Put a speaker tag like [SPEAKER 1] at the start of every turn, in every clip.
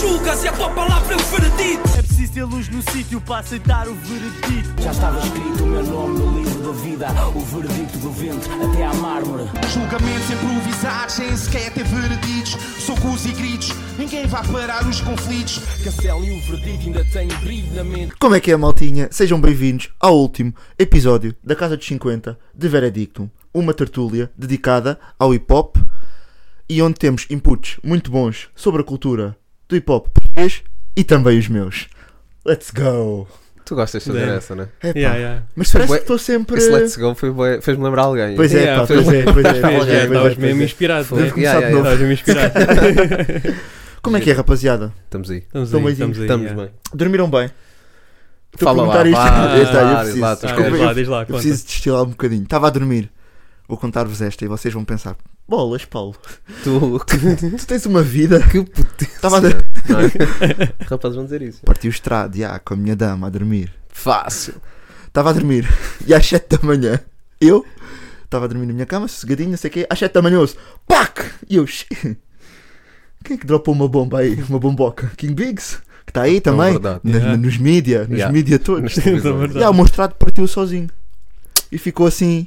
[SPEAKER 1] julgas e a tua palavra é o veredito.
[SPEAKER 2] É preciso ter luz no sítio para aceitar o veredito.
[SPEAKER 3] Já estava escrito o meu nome no livro da vida, o veredito do vento até à mármore.
[SPEAKER 4] Julgamentos improvisados, sem sequer ter vereditos. Socos e gritos, ninguém vai parar os conflitos.
[SPEAKER 5] Castelo e o veredito ainda têm brilho na mente.
[SPEAKER 6] Como é que é, maltinha? Sejam bem-vindos ao último episódio da Casa dos 50 de Veredictum, uma tertúlia dedicada ao hip-hop e onde temos inputs muito bons sobre a cultura do hip-hop português e também os meus. Let's go!
[SPEAKER 7] Tu gostas de fazer essa, né?
[SPEAKER 6] Epá,
[SPEAKER 2] Yeah, yeah.
[SPEAKER 6] Mas parece
[SPEAKER 7] Bué-
[SPEAKER 6] que estou sempre...
[SPEAKER 7] Esse Let's Go foi bué- fez-me lembrar alguém.
[SPEAKER 6] Pois é,
[SPEAKER 2] Yeah,
[SPEAKER 6] pá,
[SPEAKER 2] pois
[SPEAKER 6] pois é, pois é.
[SPEAKER 2] Estavas
[SPEAKER 6] Pois é, pois é, pois
[SPEAKER 2] mesmo
[SPEAKER 6] é.
[SPEAKER 2] inspirado,
[SPEAKER 6] Deve
[SPEAKER 2] né?
[SPEAKER 7] Yeah,
[SPEAKER 6] começar de
[SPEAKER 7] yeah,
[SPEAKER 6] novo.
[SPEAKER 2] Estavas mesmo inspirado.
[SPEAKER 6] Como é que é, rapaziada?
[SPEAKER 7] Estamos aí.
[SPEAKER 2] Estamos
[SPEAKER 6] Tão
[SPEAKER 2] aí,
[SPEAKER 6] bem,
[SPEAKER 2] estamos aí.
[SPEAKER 7] Estamos
[SPEAKER 2] yeah.
[SPEAKER 7] bem.
[SPEAKER 6] Dormiram bem? Estou a
[SPEAKER 7] Fala lá,
[SPEAKER 6] perguntar isto.
[SPEAKER 7] vá,
[SPEAKER 6] Este, olha, eu
[SPEAKER 7] vá,
[SPEAKER 6] preciso.
[SPEAKER 7] lá, tu
[SPEAKER 2] Ah,
[SPEAKER 6] Desculpa,
[SPEAKER 2] diz
[SPEAKER 6] eu-
[SPEAKER 2] lá, diz lá,
[SPEAKER 6] Eu
[SPEAKER 2] conta.
[SPEAKER 6] preciso destilar um bocadinho. Estava a dormir. Vou contar-vos esta e vocês vão pensar: bolas, Paulo,
[SPEAKER 7] Tu, que,
[SPEAKER 6] tu tens uma vida.
[SPEAKER 7] que potência.
[SPEAKER 6] Estava a
[SPEAKER 7] Não
[SPEAKER 6] dormir.
[SPEAKER 7] é? Rapazes vão dizer isso.
[SPEAKER 6] Partiu o estrado, já, com a minha dama a dormir.
[SPEAKER 7] Fácil.
[SPEAKER 6] Estava a dormir e às 7 da manhã eu estava a dormir na minha cama, sossegadinho, não sei o quê. Às 7 da manhã ouço PAC! E eu. "Xi." Quem é que dropou uma bomba aí? Uma bomboca? King Biggs? Que está aí também?
[SPEAKER 7] verdade.
[SPEAKER 6] Nas-
[SPEAKER 2] Yeah.
[SPEAKER 6] Nos mídia, nos
[SPEAKER 7] Yeah.
[SPEAKER 6] mídia todos.
[SPEAKER 7] Mas
[SPEAKER 8] é
[SPEAKER 7] temos
[SPEAKER 2] Estamos a
[SPEAKER 7] um-
[SPEAKER 2] verdade.
[SPEAKER 6] E ah, o meu estrado partiu sozinho. E ficou assim.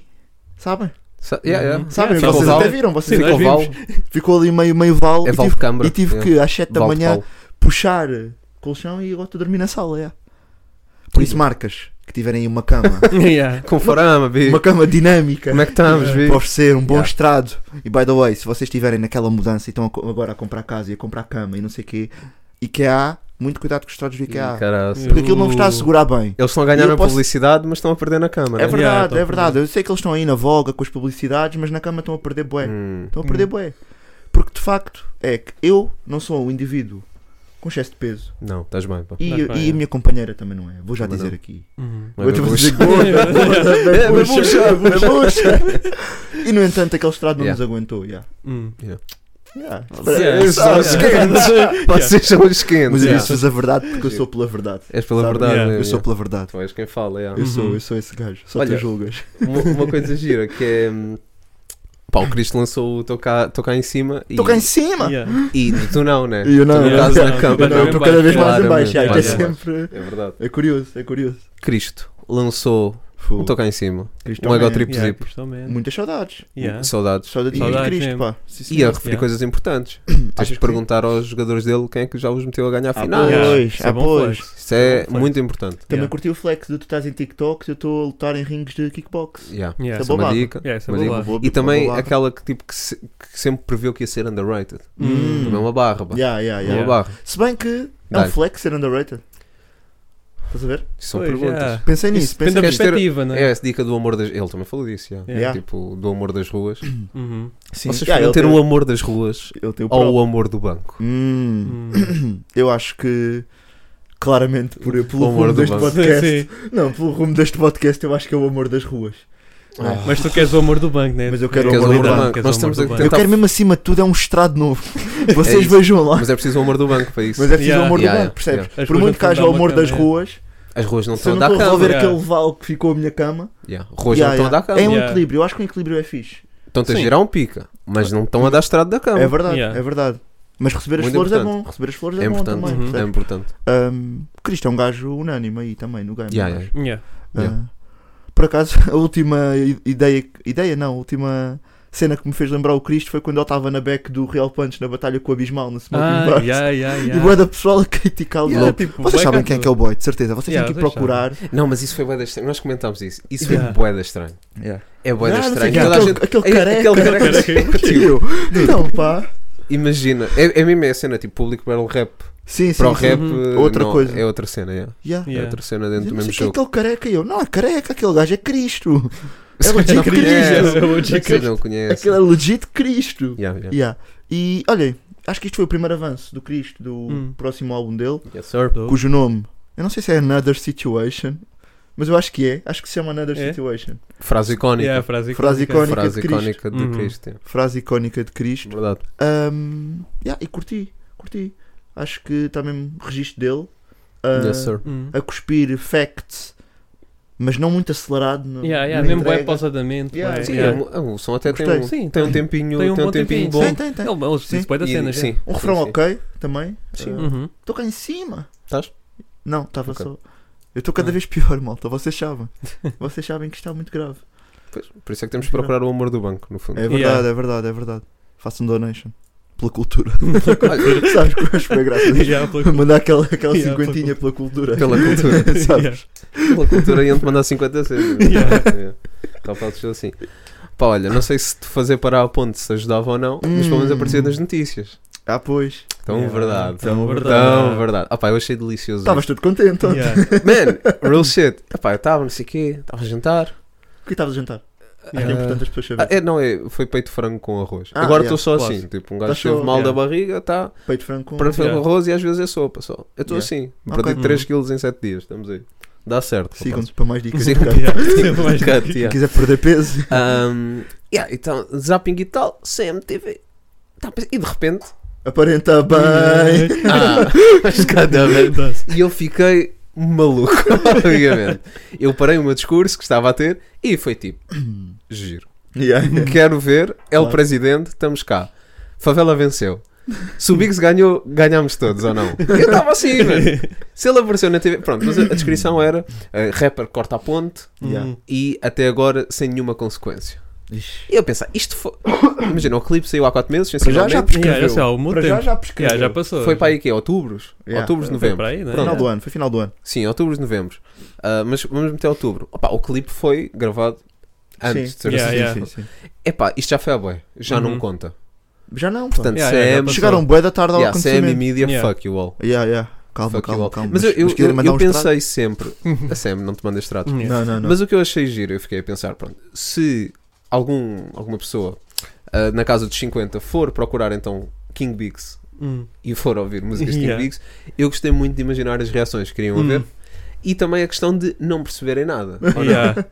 [SPEAKER 6] Sabem?
[SPEAKER 7] Sa- Yeah, yeah.
[SPEAKER 6] Sabem?
[SPEAKER 2] ficou
[SPEAKER 6] vocês
[SPEAKER 7] vale.
[SPEAKER 6] até viram, vocês
[SPEAKER 2] Uhum. Sim,
[SPEAKER 6] até
[SPEAKER 7] Ficou
[SPEAKER 2] nós
[SPEAKER 6] viram.
[SPEAKER 7] Val.
[SPEAKER 6] Ficou ali meio, meio vale.
[SPEAKER 7] É
[SPEAKER 6] e
[SPEAKER 7] Val
[SPEAKER 6] tive,
[SPEAKER 7] de Câmara.
[SPEAKER 6] e tive
[SPEAKER 7] Yeah.
[SPEAKER 6] que às 7 da
[SPEAKER 7] Val de
[SPEAKER 6] manhã
[SPEAKER 7] Paulo.
[SPEAKER 6] puxar colchão e agora estou a dormir na sala. é. Por isso, marcas que tiverem aí uma cama,
[SPEAKER 2] Yeah.
[SPEAKER 7] Com farama, B.
[SPEAKER 6] uma cama dinâmica
[SPEAKER 7] Como é que estamos, B?
[SPEAKER 6] para oferecer um bom
[SPEAKER 7] Yeah.
[SPEAKER 6] estrado. E by the way, se vocês estiverem naquela mudança e estão a co- agora a comprar casa e a comprar cama e não sei o quê, IKEA, muito cuidado com os estrados do IKEA.
[SPEAKER 7] Caralho.
[SPEAKER 6] Porque aquilo não vos está a segurar bem.
[SPEAKER 7] Eles não
[SPEAKER 6] E
[SPEAKER 7] ganharam
[SPEAKER 6] eu posso-
[SPEAKER 7] publicidade, mas estão a perder na câmara.
[SPEAKER 6] É
[SPEAKER 7] né?
[SPEAKER 6] verdade,
[SPEAKER 2] Yeah, tá
[SPEAKER 6] é verdade. Eu sei que eles estão aí na voga com as publicidades, mas na cama estão a perder bué.
[SPEAKER 7] Hum.
[SPEAKER 6] Estão a perder bué. Porque de facto é que eu não sou um indivíduo com excesso de peso
[SPEAKER 7] Não, estás bem, pá.
[SPEAKER 6] e,
[SPEAKER 2] Mas bem,
[SPEAKER 6] e
[SPEAKER 2] é.
[SPEAKER 6] a minha companheira também não é. Vou já
[SPEAKER 7] Também
[SPEAKER 6] dizer
[SPEAKER 7] não.
[SPEAKER 6] aqui.
[SPEAKER 2] Uhum.
[SPEAKER 7] Não é
[SPEAKER 6] Eu te vou
[SPEAKER 7] bem
[SPEAKER 6] dizer
[SPEAKER 7] bucha.
[SPEAKER 6] gorda, gorda,
[SPEAKER 7] É,
[SPEAKER 6] na
[SPEAKER 7] na
[SPEAKER 6] bucha, na bucha. E no entanto, aquele estrado não
[SPEAKER 7] Yeah. é,
[SPEAKER 6] nos aguentou. Yeah.
[SPEAKER 2] Hum.
[SPEAKER 6] Yeah.
[SPEAKER 2] Yeah.
[SPEAKER 6] Eu sou-
[SPEAKER 7] Vocês são esquentes. Vocês são esquentes.
[SPEAKER 6] Mas eu
[SPEAKER 7] yeah.
[SPEAKER 6] disse-vos é. a verdade porque eu sou pela verdade.
[SPEAKER 7] És pela
[SPEAKER 6] Sabe?
[SPEAKER 7] verdade.
[SPEAKER 2] Yeah.
[SPEAKER 7] né?
[SPEAKER 6] Eu sou pela verdade.
[SPEAKER 7] Tu és quem fala, é yeah.
[SPEAKER 6] Eu sou,
[SPEAKER 2] Uhum.
[SPEAKER 6] eu sou esse gajo. Só
[SPEAKER 7] Olha.
[SPEAKER 6] tu julgas.
[SPEAKER 7] uma, uma coisa gira que é. hum, Pá, o Cristo lançou o Tô cá, Tô Cá em cima e,
[SPEAKER 6] Estou cá em cima!
[SPEAKER 2] Yeah.
[SPEAKER 7] e tu não, né?
[SPEAKER 6] E eu não,
[SPEAKER 7] tu
[SPEAKER 6] eu
[SPEAKER 7] estás
[SPEAKER 6] não,
[SPEAKER 7] na
[SPEAKER 2] eu
[SPEAKER 7] cama.
[SPEAKER 2] não,
[SPEAKER 6] Eu
[SPEAKER 2] em
[SPEAKER 6] estou
[SPEAKER 2] baixo,
[SPEAKER 6] cada vez mais em
[SPEAKER 7] claramente,
[SPEAKER 6] baixo. já, isto É
[SPEAKER 7] mais em baixo.
[SPEAKER 6] sempre.
[SPEAKER 7] É verdade.
[SPEAKER 6] É curioso, é curioso.
[SPEAKER 7] Cristo lançou
[SPEAKER 6] Fogo. é
[SPEAKER 7] o Tô cá em cima.
[SPEAKER 6] Cristo
[SPEAKER 7] Então, Um
[SPEAKER 6] Man.
[SPEAKER 7] ego trip
[SPEAKER 2] Yeah,
[SPEAKER 7] zip.
[SPEAKER 2] Crystal Man.
[SPEAKER 6] Muitas saudades.
[SPEAKER 2] Yeah.
[SPEAKER 7] Saudades.
[SPEAKER 6] Saudades de
[SPEAKER 2] Saudades
[SPEAKER 6] Cristo,
[SPEAKER 2] mesmo.
[SPEAKER 6] pá. Sim,
[SPEAKER 7] E a
[SPEAKER 6] senhor.
[SPEAKER 7] referir
[SPEAKER 2] Yeah.
[SPEAKER 7] coisas importantes. Tens
[SPEAKER 6] Acho
[SPEAKER 7] de
[SPEAKER 6] que-
[SPEAKER 7] perguntar aos jogadores dele quem é que já os meteu a ganhar
[SPEAKER 6] Ah,
[SPEAKER 7] finais.
[SPEAKER 2] Yeah.
[SPEAKER 6] Pois,
[SPEAKER 2] Isso é
[SPEAKER 6] ah,
[SPEAKER 2] bom
[SPEAKER 6] pois.
[SPEAKER 2] flex.
[SPEAKER 7] Isso é
[SPEAKER 2] Perfeito.
[SPEAKER 7] muito importante.
[SPEAKER 6] Também
[SPEAKER 2] Yeah.
[SPEAKER 6] curti o flex de tu estás em TikToks eu estou a lutar em rings de kickbox. Tá
[SPEAKER 7] Yeah.
[SPEAKER 2] Yeah.
[SPEAKER 7] Essa é uma
[SPEAKER 6] Babado. Tá
[SPEAKER 7] dica.
[SPEAKER 2] Yeah, isso é
[SPEAKER 7] Mas
[SPEAKER 2] babado.
[SPEAKER 6] Vou-
[SPEAKER 7] E
[SPEAKER 6] vou-
[SPEAKER 7] também
[SPEAKER 6] vou lá.
[SPEAKER 7] aquela que, tipo, que, se- que sempre previu que ia ser underrated.
[SPEAKER 6] Hum.
[SPEAKER 7] Também é uma barra, pá.
[SPEAKER 6] Yeah, yeah,
[SPEAKER 7] É
[SPEAKER 6] yeah.
[SPEAKER 7] Uma
[SPEAKER 2] Yeah.
[SPEAKER 7] barra.
[SPEAKER 6] Se bem que é um
[SPEAKER 7] Dai.
[SPEAKER 6] flex ser underrated. Estás a ver?
[SPEAKER 7] Isso são
[SPEAKER 2] Pois,
[SPEAKER 7] perguntas.
[SPEAKER 2] yeah.
[SPEAKER 6] Pensei
[SPEAKER 2] Isso
[SPEAKER 6] nisso,
[SPEAKER 2] depende da
[SPEAKER 6] pensei
[SPEAKER 7] queres ter-
[SPEAKER 2] perspectiva, não é?
[SPEAKER 7] É essa dica do amor das. Ele também falou disso, yeah.
[SPEAKER 2] Yeah.
[SPEAKER 6] Yeah.
[SPEAKER 7] Tipo, do amor das ruas.
[SPEAKER 2] Uhum.
[SPEAKER 6] Sim.
[SPEAKER 7] Vocês
[SPEAKER 6] Yeah,
[SPEAKER 7] podem
[SPEAKER 6] ele
[SPEAKER 7] ter
[SPEAKER 6] tem-
[SPEAKER 7] o amor das ruas
[SPEAKER 6] Ele tem o
[SPEAKER 7] ou
[SPEAKER 6] próprio.
[SPEAKER 7] o amor do banco.
[SPEAKER 6] Hum.
[SPEAKER 2] Hum.
[SPEAKER 6] Eu acho que claramente por,
[SPEAKER 7] O
[SPEAKER 6] pelo
[SPEAKER 7] amor
[SPEAKER 6] rumo
[SPEAKER 7] do
[SPEAKER 6] deste
[SPEAKER 7] banco.
[SPEAKER 6] podcast.
[SPEAKER 2] Sim,
[SPEAKER 6] Não, pelo rumo deste podcast eu acho que é o amor das ruas.
[SPEAKER 7] Ah.
[SPEAKER 2] Mas tu queres o amor do banco, né?
[SPEAKER 6] Mas eu quero o
[SPEAKER 7] Queres
[SPEAKER 6] amor do banco.
[SPEAKER 7] banco. Nós temos a
[SPEAKER 6] Eu
[SPEAKER 7] Tentar-
[SPEAKER 6] quero mesmo acima de tudo é um estrado novo. Vocês
[SPEAKER 7] É isso.
[SPEAKER 6] vejam lá.
[SPEAKER 7] Mas é preciso o amor do banco para isso.
[SPEAKER 6] Mas é preciso
[SPEAKER 2] Yeah.
[SPEAKER 6] o amor do
[SPEAKER 7] Yeah,
[SPEAKER 6] banco,
[SPEAKER 7] yeah.
[SPEAKER 6] percebes?
[SPEAKER 2] As
[SPEAKER 6] Por
[SPEAKER 2] ruas
[SPEAKER 6] muito que
[SPEAKER 2] vão
[SPEAKER 6] haja
[SPEAKER 2] fundar
[SPEAKER 6] o
[SPEAKER 2] uma
[SPEAKER 6] amor das
[SPEAKER 2] cama, é.
[SPEAKER 6] ruas,
[SPEAKER 7] As ruas não
[SPEAKER 6] se eu
[SPEAKER 7] estão
[SPEAKER 6] não
[SPEAKER 7] a dar
[SPEAKER 6] estou a resolver
[SPEAKER 7] cama.
[SPEAKER 2] yeah.
[SPEAKER 6] aquele vale que ficou a minha cama,
[SPEAKER 7] Yeah. Ruas
[SPEAKER 6] yeah,
[SPEAKER 7] não estão
[SPEAKER 6] yeah.
[SPEAKER 7] a dar cama.
[SPEAKER 6] é um
[SPEAKER 2] Yeah.
[SPEAKER 6] equilíbrio. Eu acho que o equilíbrio é fixe.
[SPEAKER 7] Estão-te a
[SPEAKER 2] Sim.
[SPEAKER 7] girar um pica, mas não estão a dar estrado da cama.
[SPEAKER 6] É verdade,
[SPEAKER 2] Yeah.
[SPEAKER 6] é verdade. Mas receber as
[SPEAKER 7] Muito
[SPEAKER 6] flores é
[SPEAKER 7] importante.
[SPEAKER 6] bom. Receber as flores é,
[SPEAKER 7] É
[SPEAKER 6] bom
[SPEAKER 7] importante.
[SPEAKER 6] também.
[SPEAKER 2] Uhum.
[SPEAKER 7] É
[SPEAKER 6] percebes?
[SPEAKER 7] importante.
[SPEAKER 6] Um, Cristo é um gajo unânime aí também no game.
[SPEAKER 7] Yeah,
[SPEAKER 6] eu
[SPEAKER 7] yeah.
[SPEAKER 2] Yeah.
[SPEAKER 6] acho.
[SPEAKER 7] yeah.
[SPEAKER 6] Ah, por acaso, a última i- ideia, ideia não, a última cena que me fez lembrar o Cristo foi quando ele estava na back do Real Punch na batalha com o Abismal no Smoking
[SPEAKER 2] Ah,
[SPEAKER 6] Bar.
[SPEAKER 2] yeah, yeah,
[SPEAKER 6] E
[SPEAKER 2] yeah.
[SPEAKER 6] o da pessoal a criticá-lo.
[SPEAKER 2] Yeah,
[SPEAKER 6] louco.
[SPEAKER 2] tipo,
[SPEAKER 6] Vocês
[SPEAKER 2] vai
[SPEAKER 6] sabem
[SPEAKER 2] cá
[SPEAKER 6] quem é que é
[SPEAKER 2] tudo.
[SPEAKER 6] o boy, de certeza. Vocês
[SPEAKER 2] Yeah,
[SPEAKER 6] têm que ir
[SPEAKER 2] vocês
[SPEAKER 6] procurar.
[SPEAKER 7] Não, mas isso foi boeda estranho. Nós comentámos isso. Isso foi
[SPEAKER 2] Yeah.
[SPEAKER 7] boeda estranho. É boeda
[SPEAKER 6] Ah, não sei
[SPEAKER 7] estranho.
[SPEAKER 6] quem,
[SPEAKER 7] Toda a
[SPEAKER 6] aquele-
[SPEAKER 7] gente-
[SPEAKER 6] aquele
[SPEAKER 7] É-
[SPEAKER 6] careca.
[SPEAKER 7] aquele careca.
[SPEAKER 6] E
[SPEAKER 7] Tipo,
[SPEAKER 6] eu, Então, pá.
[SPEAKER 7] Imagina. É, é mesmo é a cena, tipo, público battle rap.
[SPEAKER 6] Sim, sim.
[SPEAKER 7] Para o
[SPEAKER 6] sim.
[SPEAKER 7] rap,
[SPEAKER 2] Uhum.
[SPEAKER 7] eh,
[SPEAKER 6] Outra
[SPEAKER 7] não,
[SPEAKER 6] coisa.
[SPEAKER 7] É outra cena, yeah.
[SPEAKER 6] Yeah.
[SPEAKER 7] é
[SPEAKER 2] Yeah.
[SPEAKER 7] outra cena
[SPEAKER 6] Eu
[SPEAKER 7] dentro do
[SPEAKER 6] não
[SPEAKER 7] mesmo
[SPEAKER 6] sei quem é
[SPEAKER 7] jogo.
[SPEAKER 6] aquele careca. E eu, não, é careca, aquele gajo é Cristo. É
[SPEAKER 7] Não
[SPEAKER 6] legit
[SPEAKER 7] conhece.
[SPEAKER 6] Cristo.
[SPEAKER 2] É legit
[SPEAKER 7] Aquele
[SPEAKER 2] Cristo.
[SPEAKER 7] não conhece.
[SPEAKER 6] Aquele é legit Cristo.
[SPEAKER 7] Yeah, yeah.
[SPEAKER 6] Yeah. E olhem, acho que isto foi o primeiro avanço do Cristo, do
[SPEAKER 2] Hum.
[SPEAKER 6] próximo álbum dele,
[SPEAKER 7] Yes, sir.
[SPEAKER 6] cujo nome, eu não sei se é Another Situation, mas eu acho que é, acho que se chama Another
[SPEAKER 2] É?
[SPEAKER 6] Situation.
[SPEAKER 7] Frase icónica.
[SPEAKER 2] Yeah, frase
[SPEAKER 6] Frase
[SPEAKER 2] icónica.
[SPEAKER 6] icónica.
[SPEAKER 7] Frase
[SPEAKER 6] de Cristo.
[SPEAKER 7] icónica de
[SPEAKER 2] Uhum.
[SPEAKER 7] Cristo. yeah.
[SPEAKER 6] Frase icónica de Cristo.
[SPEAKER 7] Verdade.
[SPEAKER 6] Ahm, yeah, e curti, curti. Acho que está mesmo registro dele. ah,
[SPEAKER 7] Yes, sir.
[SPEAKER 2] Hum.
[SPEAKER 6] A cuspir facts mas não muito acelerado. No,
[SPEAKER 8] Yeah, yeah,
[SPEAKER 6] na
[SPEAKER 8] mesmo
[SPEAKER 6] entrega.
[SPEAKER 8] bem pausadamente.
[SPEAKER 6] Yeah,
[SPEAKER 8] bué.
[SPEAKER 7] Sim,
[SPEAKER 8] Yeah.
[SPEAKER 7] é um- o som até tem
[SPEAKER 6] Gostei.
[SPEAKER 7] um,
[SPEAKER 8] Sim,
[SPEAKER 7] tem um
[SPEAKER 8] tem. Tem
[SPEAKER 7] tempinho, tem
[SPEAKER 8] um
[SPEAKER 7] um
[SPEAKER 8] bom
[SPEAKER 7] tempinho
[SPEAKER 8] tempinho,
[SPEAKER 7] bom.
[SPEAKER 6] Tem, tem, tem.
[SPEAKER 8] Ele, ele
[SPEAKER 6] Sim.
[SPEAKER 8] disse bué da
[SPEAKER 7] E-
[SPEAKER 8] cena. já.
[SPEAKER 7] sim,
[SPEAKER 6] Um refrão
[SPEAKER 7] sim, sim.
[SPEAKER 6] ok também.
[SPEAKER 7] Sim.
[SPEAKER 6] Ah,
[SPEAKER 8] Uhum.
[SPEAKER 6] Estou cá em cima.
[SPEAKER 7] Estás?
[SPEAKER 6] Não, estava
[SPEAKER 7] Ok. Ah.
[SPEAKER 6] só. Eu estou cada vez pior, malta. Vocês sabem. Vocês sabem que está muito grave.
[SPEAKER 7] Pois, por isso é que temos de procurar o amor do banco, no fundo.
[SPEAKER 6] É verdade, é verdade, é verdade. Façam donation. Pela cultura.
[SPEAKER 7] Olha,
[SPEAKER 6] Sabes que eu acho bem graça disto?
[SPEAKER 8] Yeah, pela-
[SPEAKER 6] Mandar aquela, aquela
[SPEAKER 8] Yeah,
[SPEAKER 6] cinquentinha pela cultura.
[SPEAKER 7] pela cultura.
[SPEAKER 6] Sabes?
[SPEAKER 7] Pela cultura iam-te mandar 50 centos.
[SPEAKER 8] Yeah.
[SPEAKER 7] Yeah. Rafael deixou assim. Pá, olha, não sei se te fazer parar a ponte se ajudava ou não, mas pelo menos
[SPEAKER 6] Hum.
[SPEAKER 7] aparecia nas notícias.
[SPEAKER 6] Ah, pois.
[SPEAKER 7] Tão
[SPEAKER 8] Yeah.
[SPEAKER 7] é verdade.
[SPEAKER 6] Então,
[SPEAKER 7] Tão verdade. Ah pá, eu achei delicioso.
[SPEAKER 6] Estavas todo contente. ontem.
[SPEAKER 8] Yeah.
[SPEAKER 7] Man, real shit. Ah pá, eu estava, não sei o quê, estava a jantar.
[SPEAKER 6] O que estavas a jantar?
[SPEAKER 7] Ah,
[SPEAKER 6] É importante as pessoas
[SPEAKER 7] ah,
[SPEAKER 6] saberem.
[SPEAKER 7] é, não, é, foi peito de frango com arroz.
[SPEAKER 6] Ah,
[SPEAKER 7] Agora
[SPEAKER 6] yeah,
[SPEAKER 7] estou só
[SPEAKER 8] quase.
[SPEAKER 7] assim, tipo, um gajo
[SPEAKER 6] Tá
[SPEAKER 7] esteve
[SPEAKER 6] só-
[SPEAKER 7] mal
[SPEAKER 8] yeah.
[SPEAKER 7] da barriga, tá, está,
[SPEAKER 6] Peito frango com...
[SPEAKER 7] Ah, é para fazer
[SPEAKER 8] Yeah.
[SPEAKER 7] arroz e às vezes é sopa só. Eu
[SPEAKER 6] Yeah. Ah.
[SPEAKER 7] estou assim,
[SPEAKER 6] Ok.
[SPEAKER 7] perdi
[SPEAKER 8] Uhum.
[SPEAKER 7] 3 kg em 7 dias, estamos aí. Dá certo.
[SPEAKER 6] Sigam-te
[SPEAKER 7] rapazes.
[SPEAKER 6] para mais dicas.
[SPEAKER 7] Sigam-te.
[SPEAKER 6] Se
[SPEAKER 8] Yeah. Mais
[SPEAKER 7] Cut,
[SPEAKER 8] nada.
[SPEAKER 7] yeah.
[SPEAKER 6] quiser perder peso.
[SPEAKER 7] Ahm, yeah, então, zapping e tal, CMTV. Tá, mas- e de repente.
[SPEAKER 6] Aparenta bem.
[SPEAKER 7] mas cada vez- E eu fiquei maluco, obviamente. Eu parei o meu discurso que estava a ter e foi tipo: giro.
[SPEAKER 6] Yeah.
[SPEAKER 7] Quero ver, é o
[SPEAKER 6] Claro.
[SPEAKER 7] presidente, estamos cá. Favela venceu. Se o Biggs ganhou, ganhámos todos ou não? Eu estava assim, mano. Se ele apareceu na TV. Pronto, mas a a descrição era: eh, rapper corta a ponte
[SPEAKER 8] Hum.
[SPEAKER 6] Yeah.
[SPEAKER 7] e até agora sem nenhuma consequência.
[SPEAKER 6] Ixi.
[SPEAKER 7] E eu pensei, isto foi. Imagina, o clipe saiu há 4 meses,
[SPEAKER 6] Para já,
[SPEAKER 7] sensivelmente.
[SPEAKER 6] já
[SPEAKER 8] Yeah, já
[SPEAKER 6] prescreveu.
[SPEAKER 8] sei, há um bom
[SPEAKER 6] Para já
[SPEAKER 8] tempo.
[SPEAKER 6] já prescreveu.
[SPEAKER 8] Yeah, já passou.
[SPEAKER 7] Foi para aí que é? Outubros?
[SPEAKER 6] Yeah.
[SPEAKER 7] Outubros,
[SPEAKER 8] Foi
[SPEAKER 7] novembro.
[SPEAKER 8] para aí, né?
[SPEAKER 7] Pronto.
[SPEAKER 6] Final do ano, foi final do ano.
[SPEAKER 7] Sim, outubros, novembro. Ah, mas vamos meter outubro. Opa, o clipe foi gravado antes
[SPEAKER 6] sim.
[SPEAKER 7] de ser
[SPEAKER 8] Yeah,
[SPEAKER 7] assim.
[SPEAKER 8] yeah.
[SPEAKER 6] sim, sim, sim.
[SPEAKER 7] Epá, isto já foi a boia. Já não
[SPEAKER 8] Uhum.
[SPEAKER 7] conta.
[SPEAKER 6] Já não, pá.
[SPEAKER 7] Portanto,
[SPEAKER 8] Yeah,
[SPEAKER 7] CM,
[SPEAKER 8] yeah, já passou.
[SPEAKER 6] Chegaram bué da tarde ao
[SPEAKER 7] yeah, CM e
[SPEAKER 6] acontecimento.
[SPEAKER 7] Media,
[SPEAKER 8] Yeah.
[SPEAKER 7] fuck you all.
[SPEAKER 6] Yeah, yeah. Calma,
[SPEAKER 7] fuck you
[SPEAKER 6] calma,
[SPEAKER 7] all.
[SPEAKER 6] calma.
[SPEAKER 7] Mas eu, eu,
[SPEAKER 6] querem
[SPEAKER 7] eu,
[SPEAKER 6] mandar um
[SPEAKER 7] eu
[SPEAKER 6] uns tratos?
[SPEAKER 7] pensei sempre.
[SPEAKER 8] Hum.
[SPEAKER 7] A CM, não te manda extrato.
[SPEAKER 8] Yeah.
[SPEAKER 6] Não, não, não.
[SPEAKER 7] Mas o que eu achei giro, eu fiquei a pensar, pronto, se algum, alguma pessoa ah, na casa dos 50 for procurar então King Biggs
[SPEAKER 8] Hum.
[SPEAKER 7] e for ouvir músicas de King
[SPEAKER 8] Yeah.
[SPEAKER 7] Biggs, eu gostei muito de imaginar as reações que queriam
[SPEAKER 8] Hum.
[SPEAKER 7] ver e também a questão de não perceberem nada. ou não.
[SPEAKER 8] Yeah.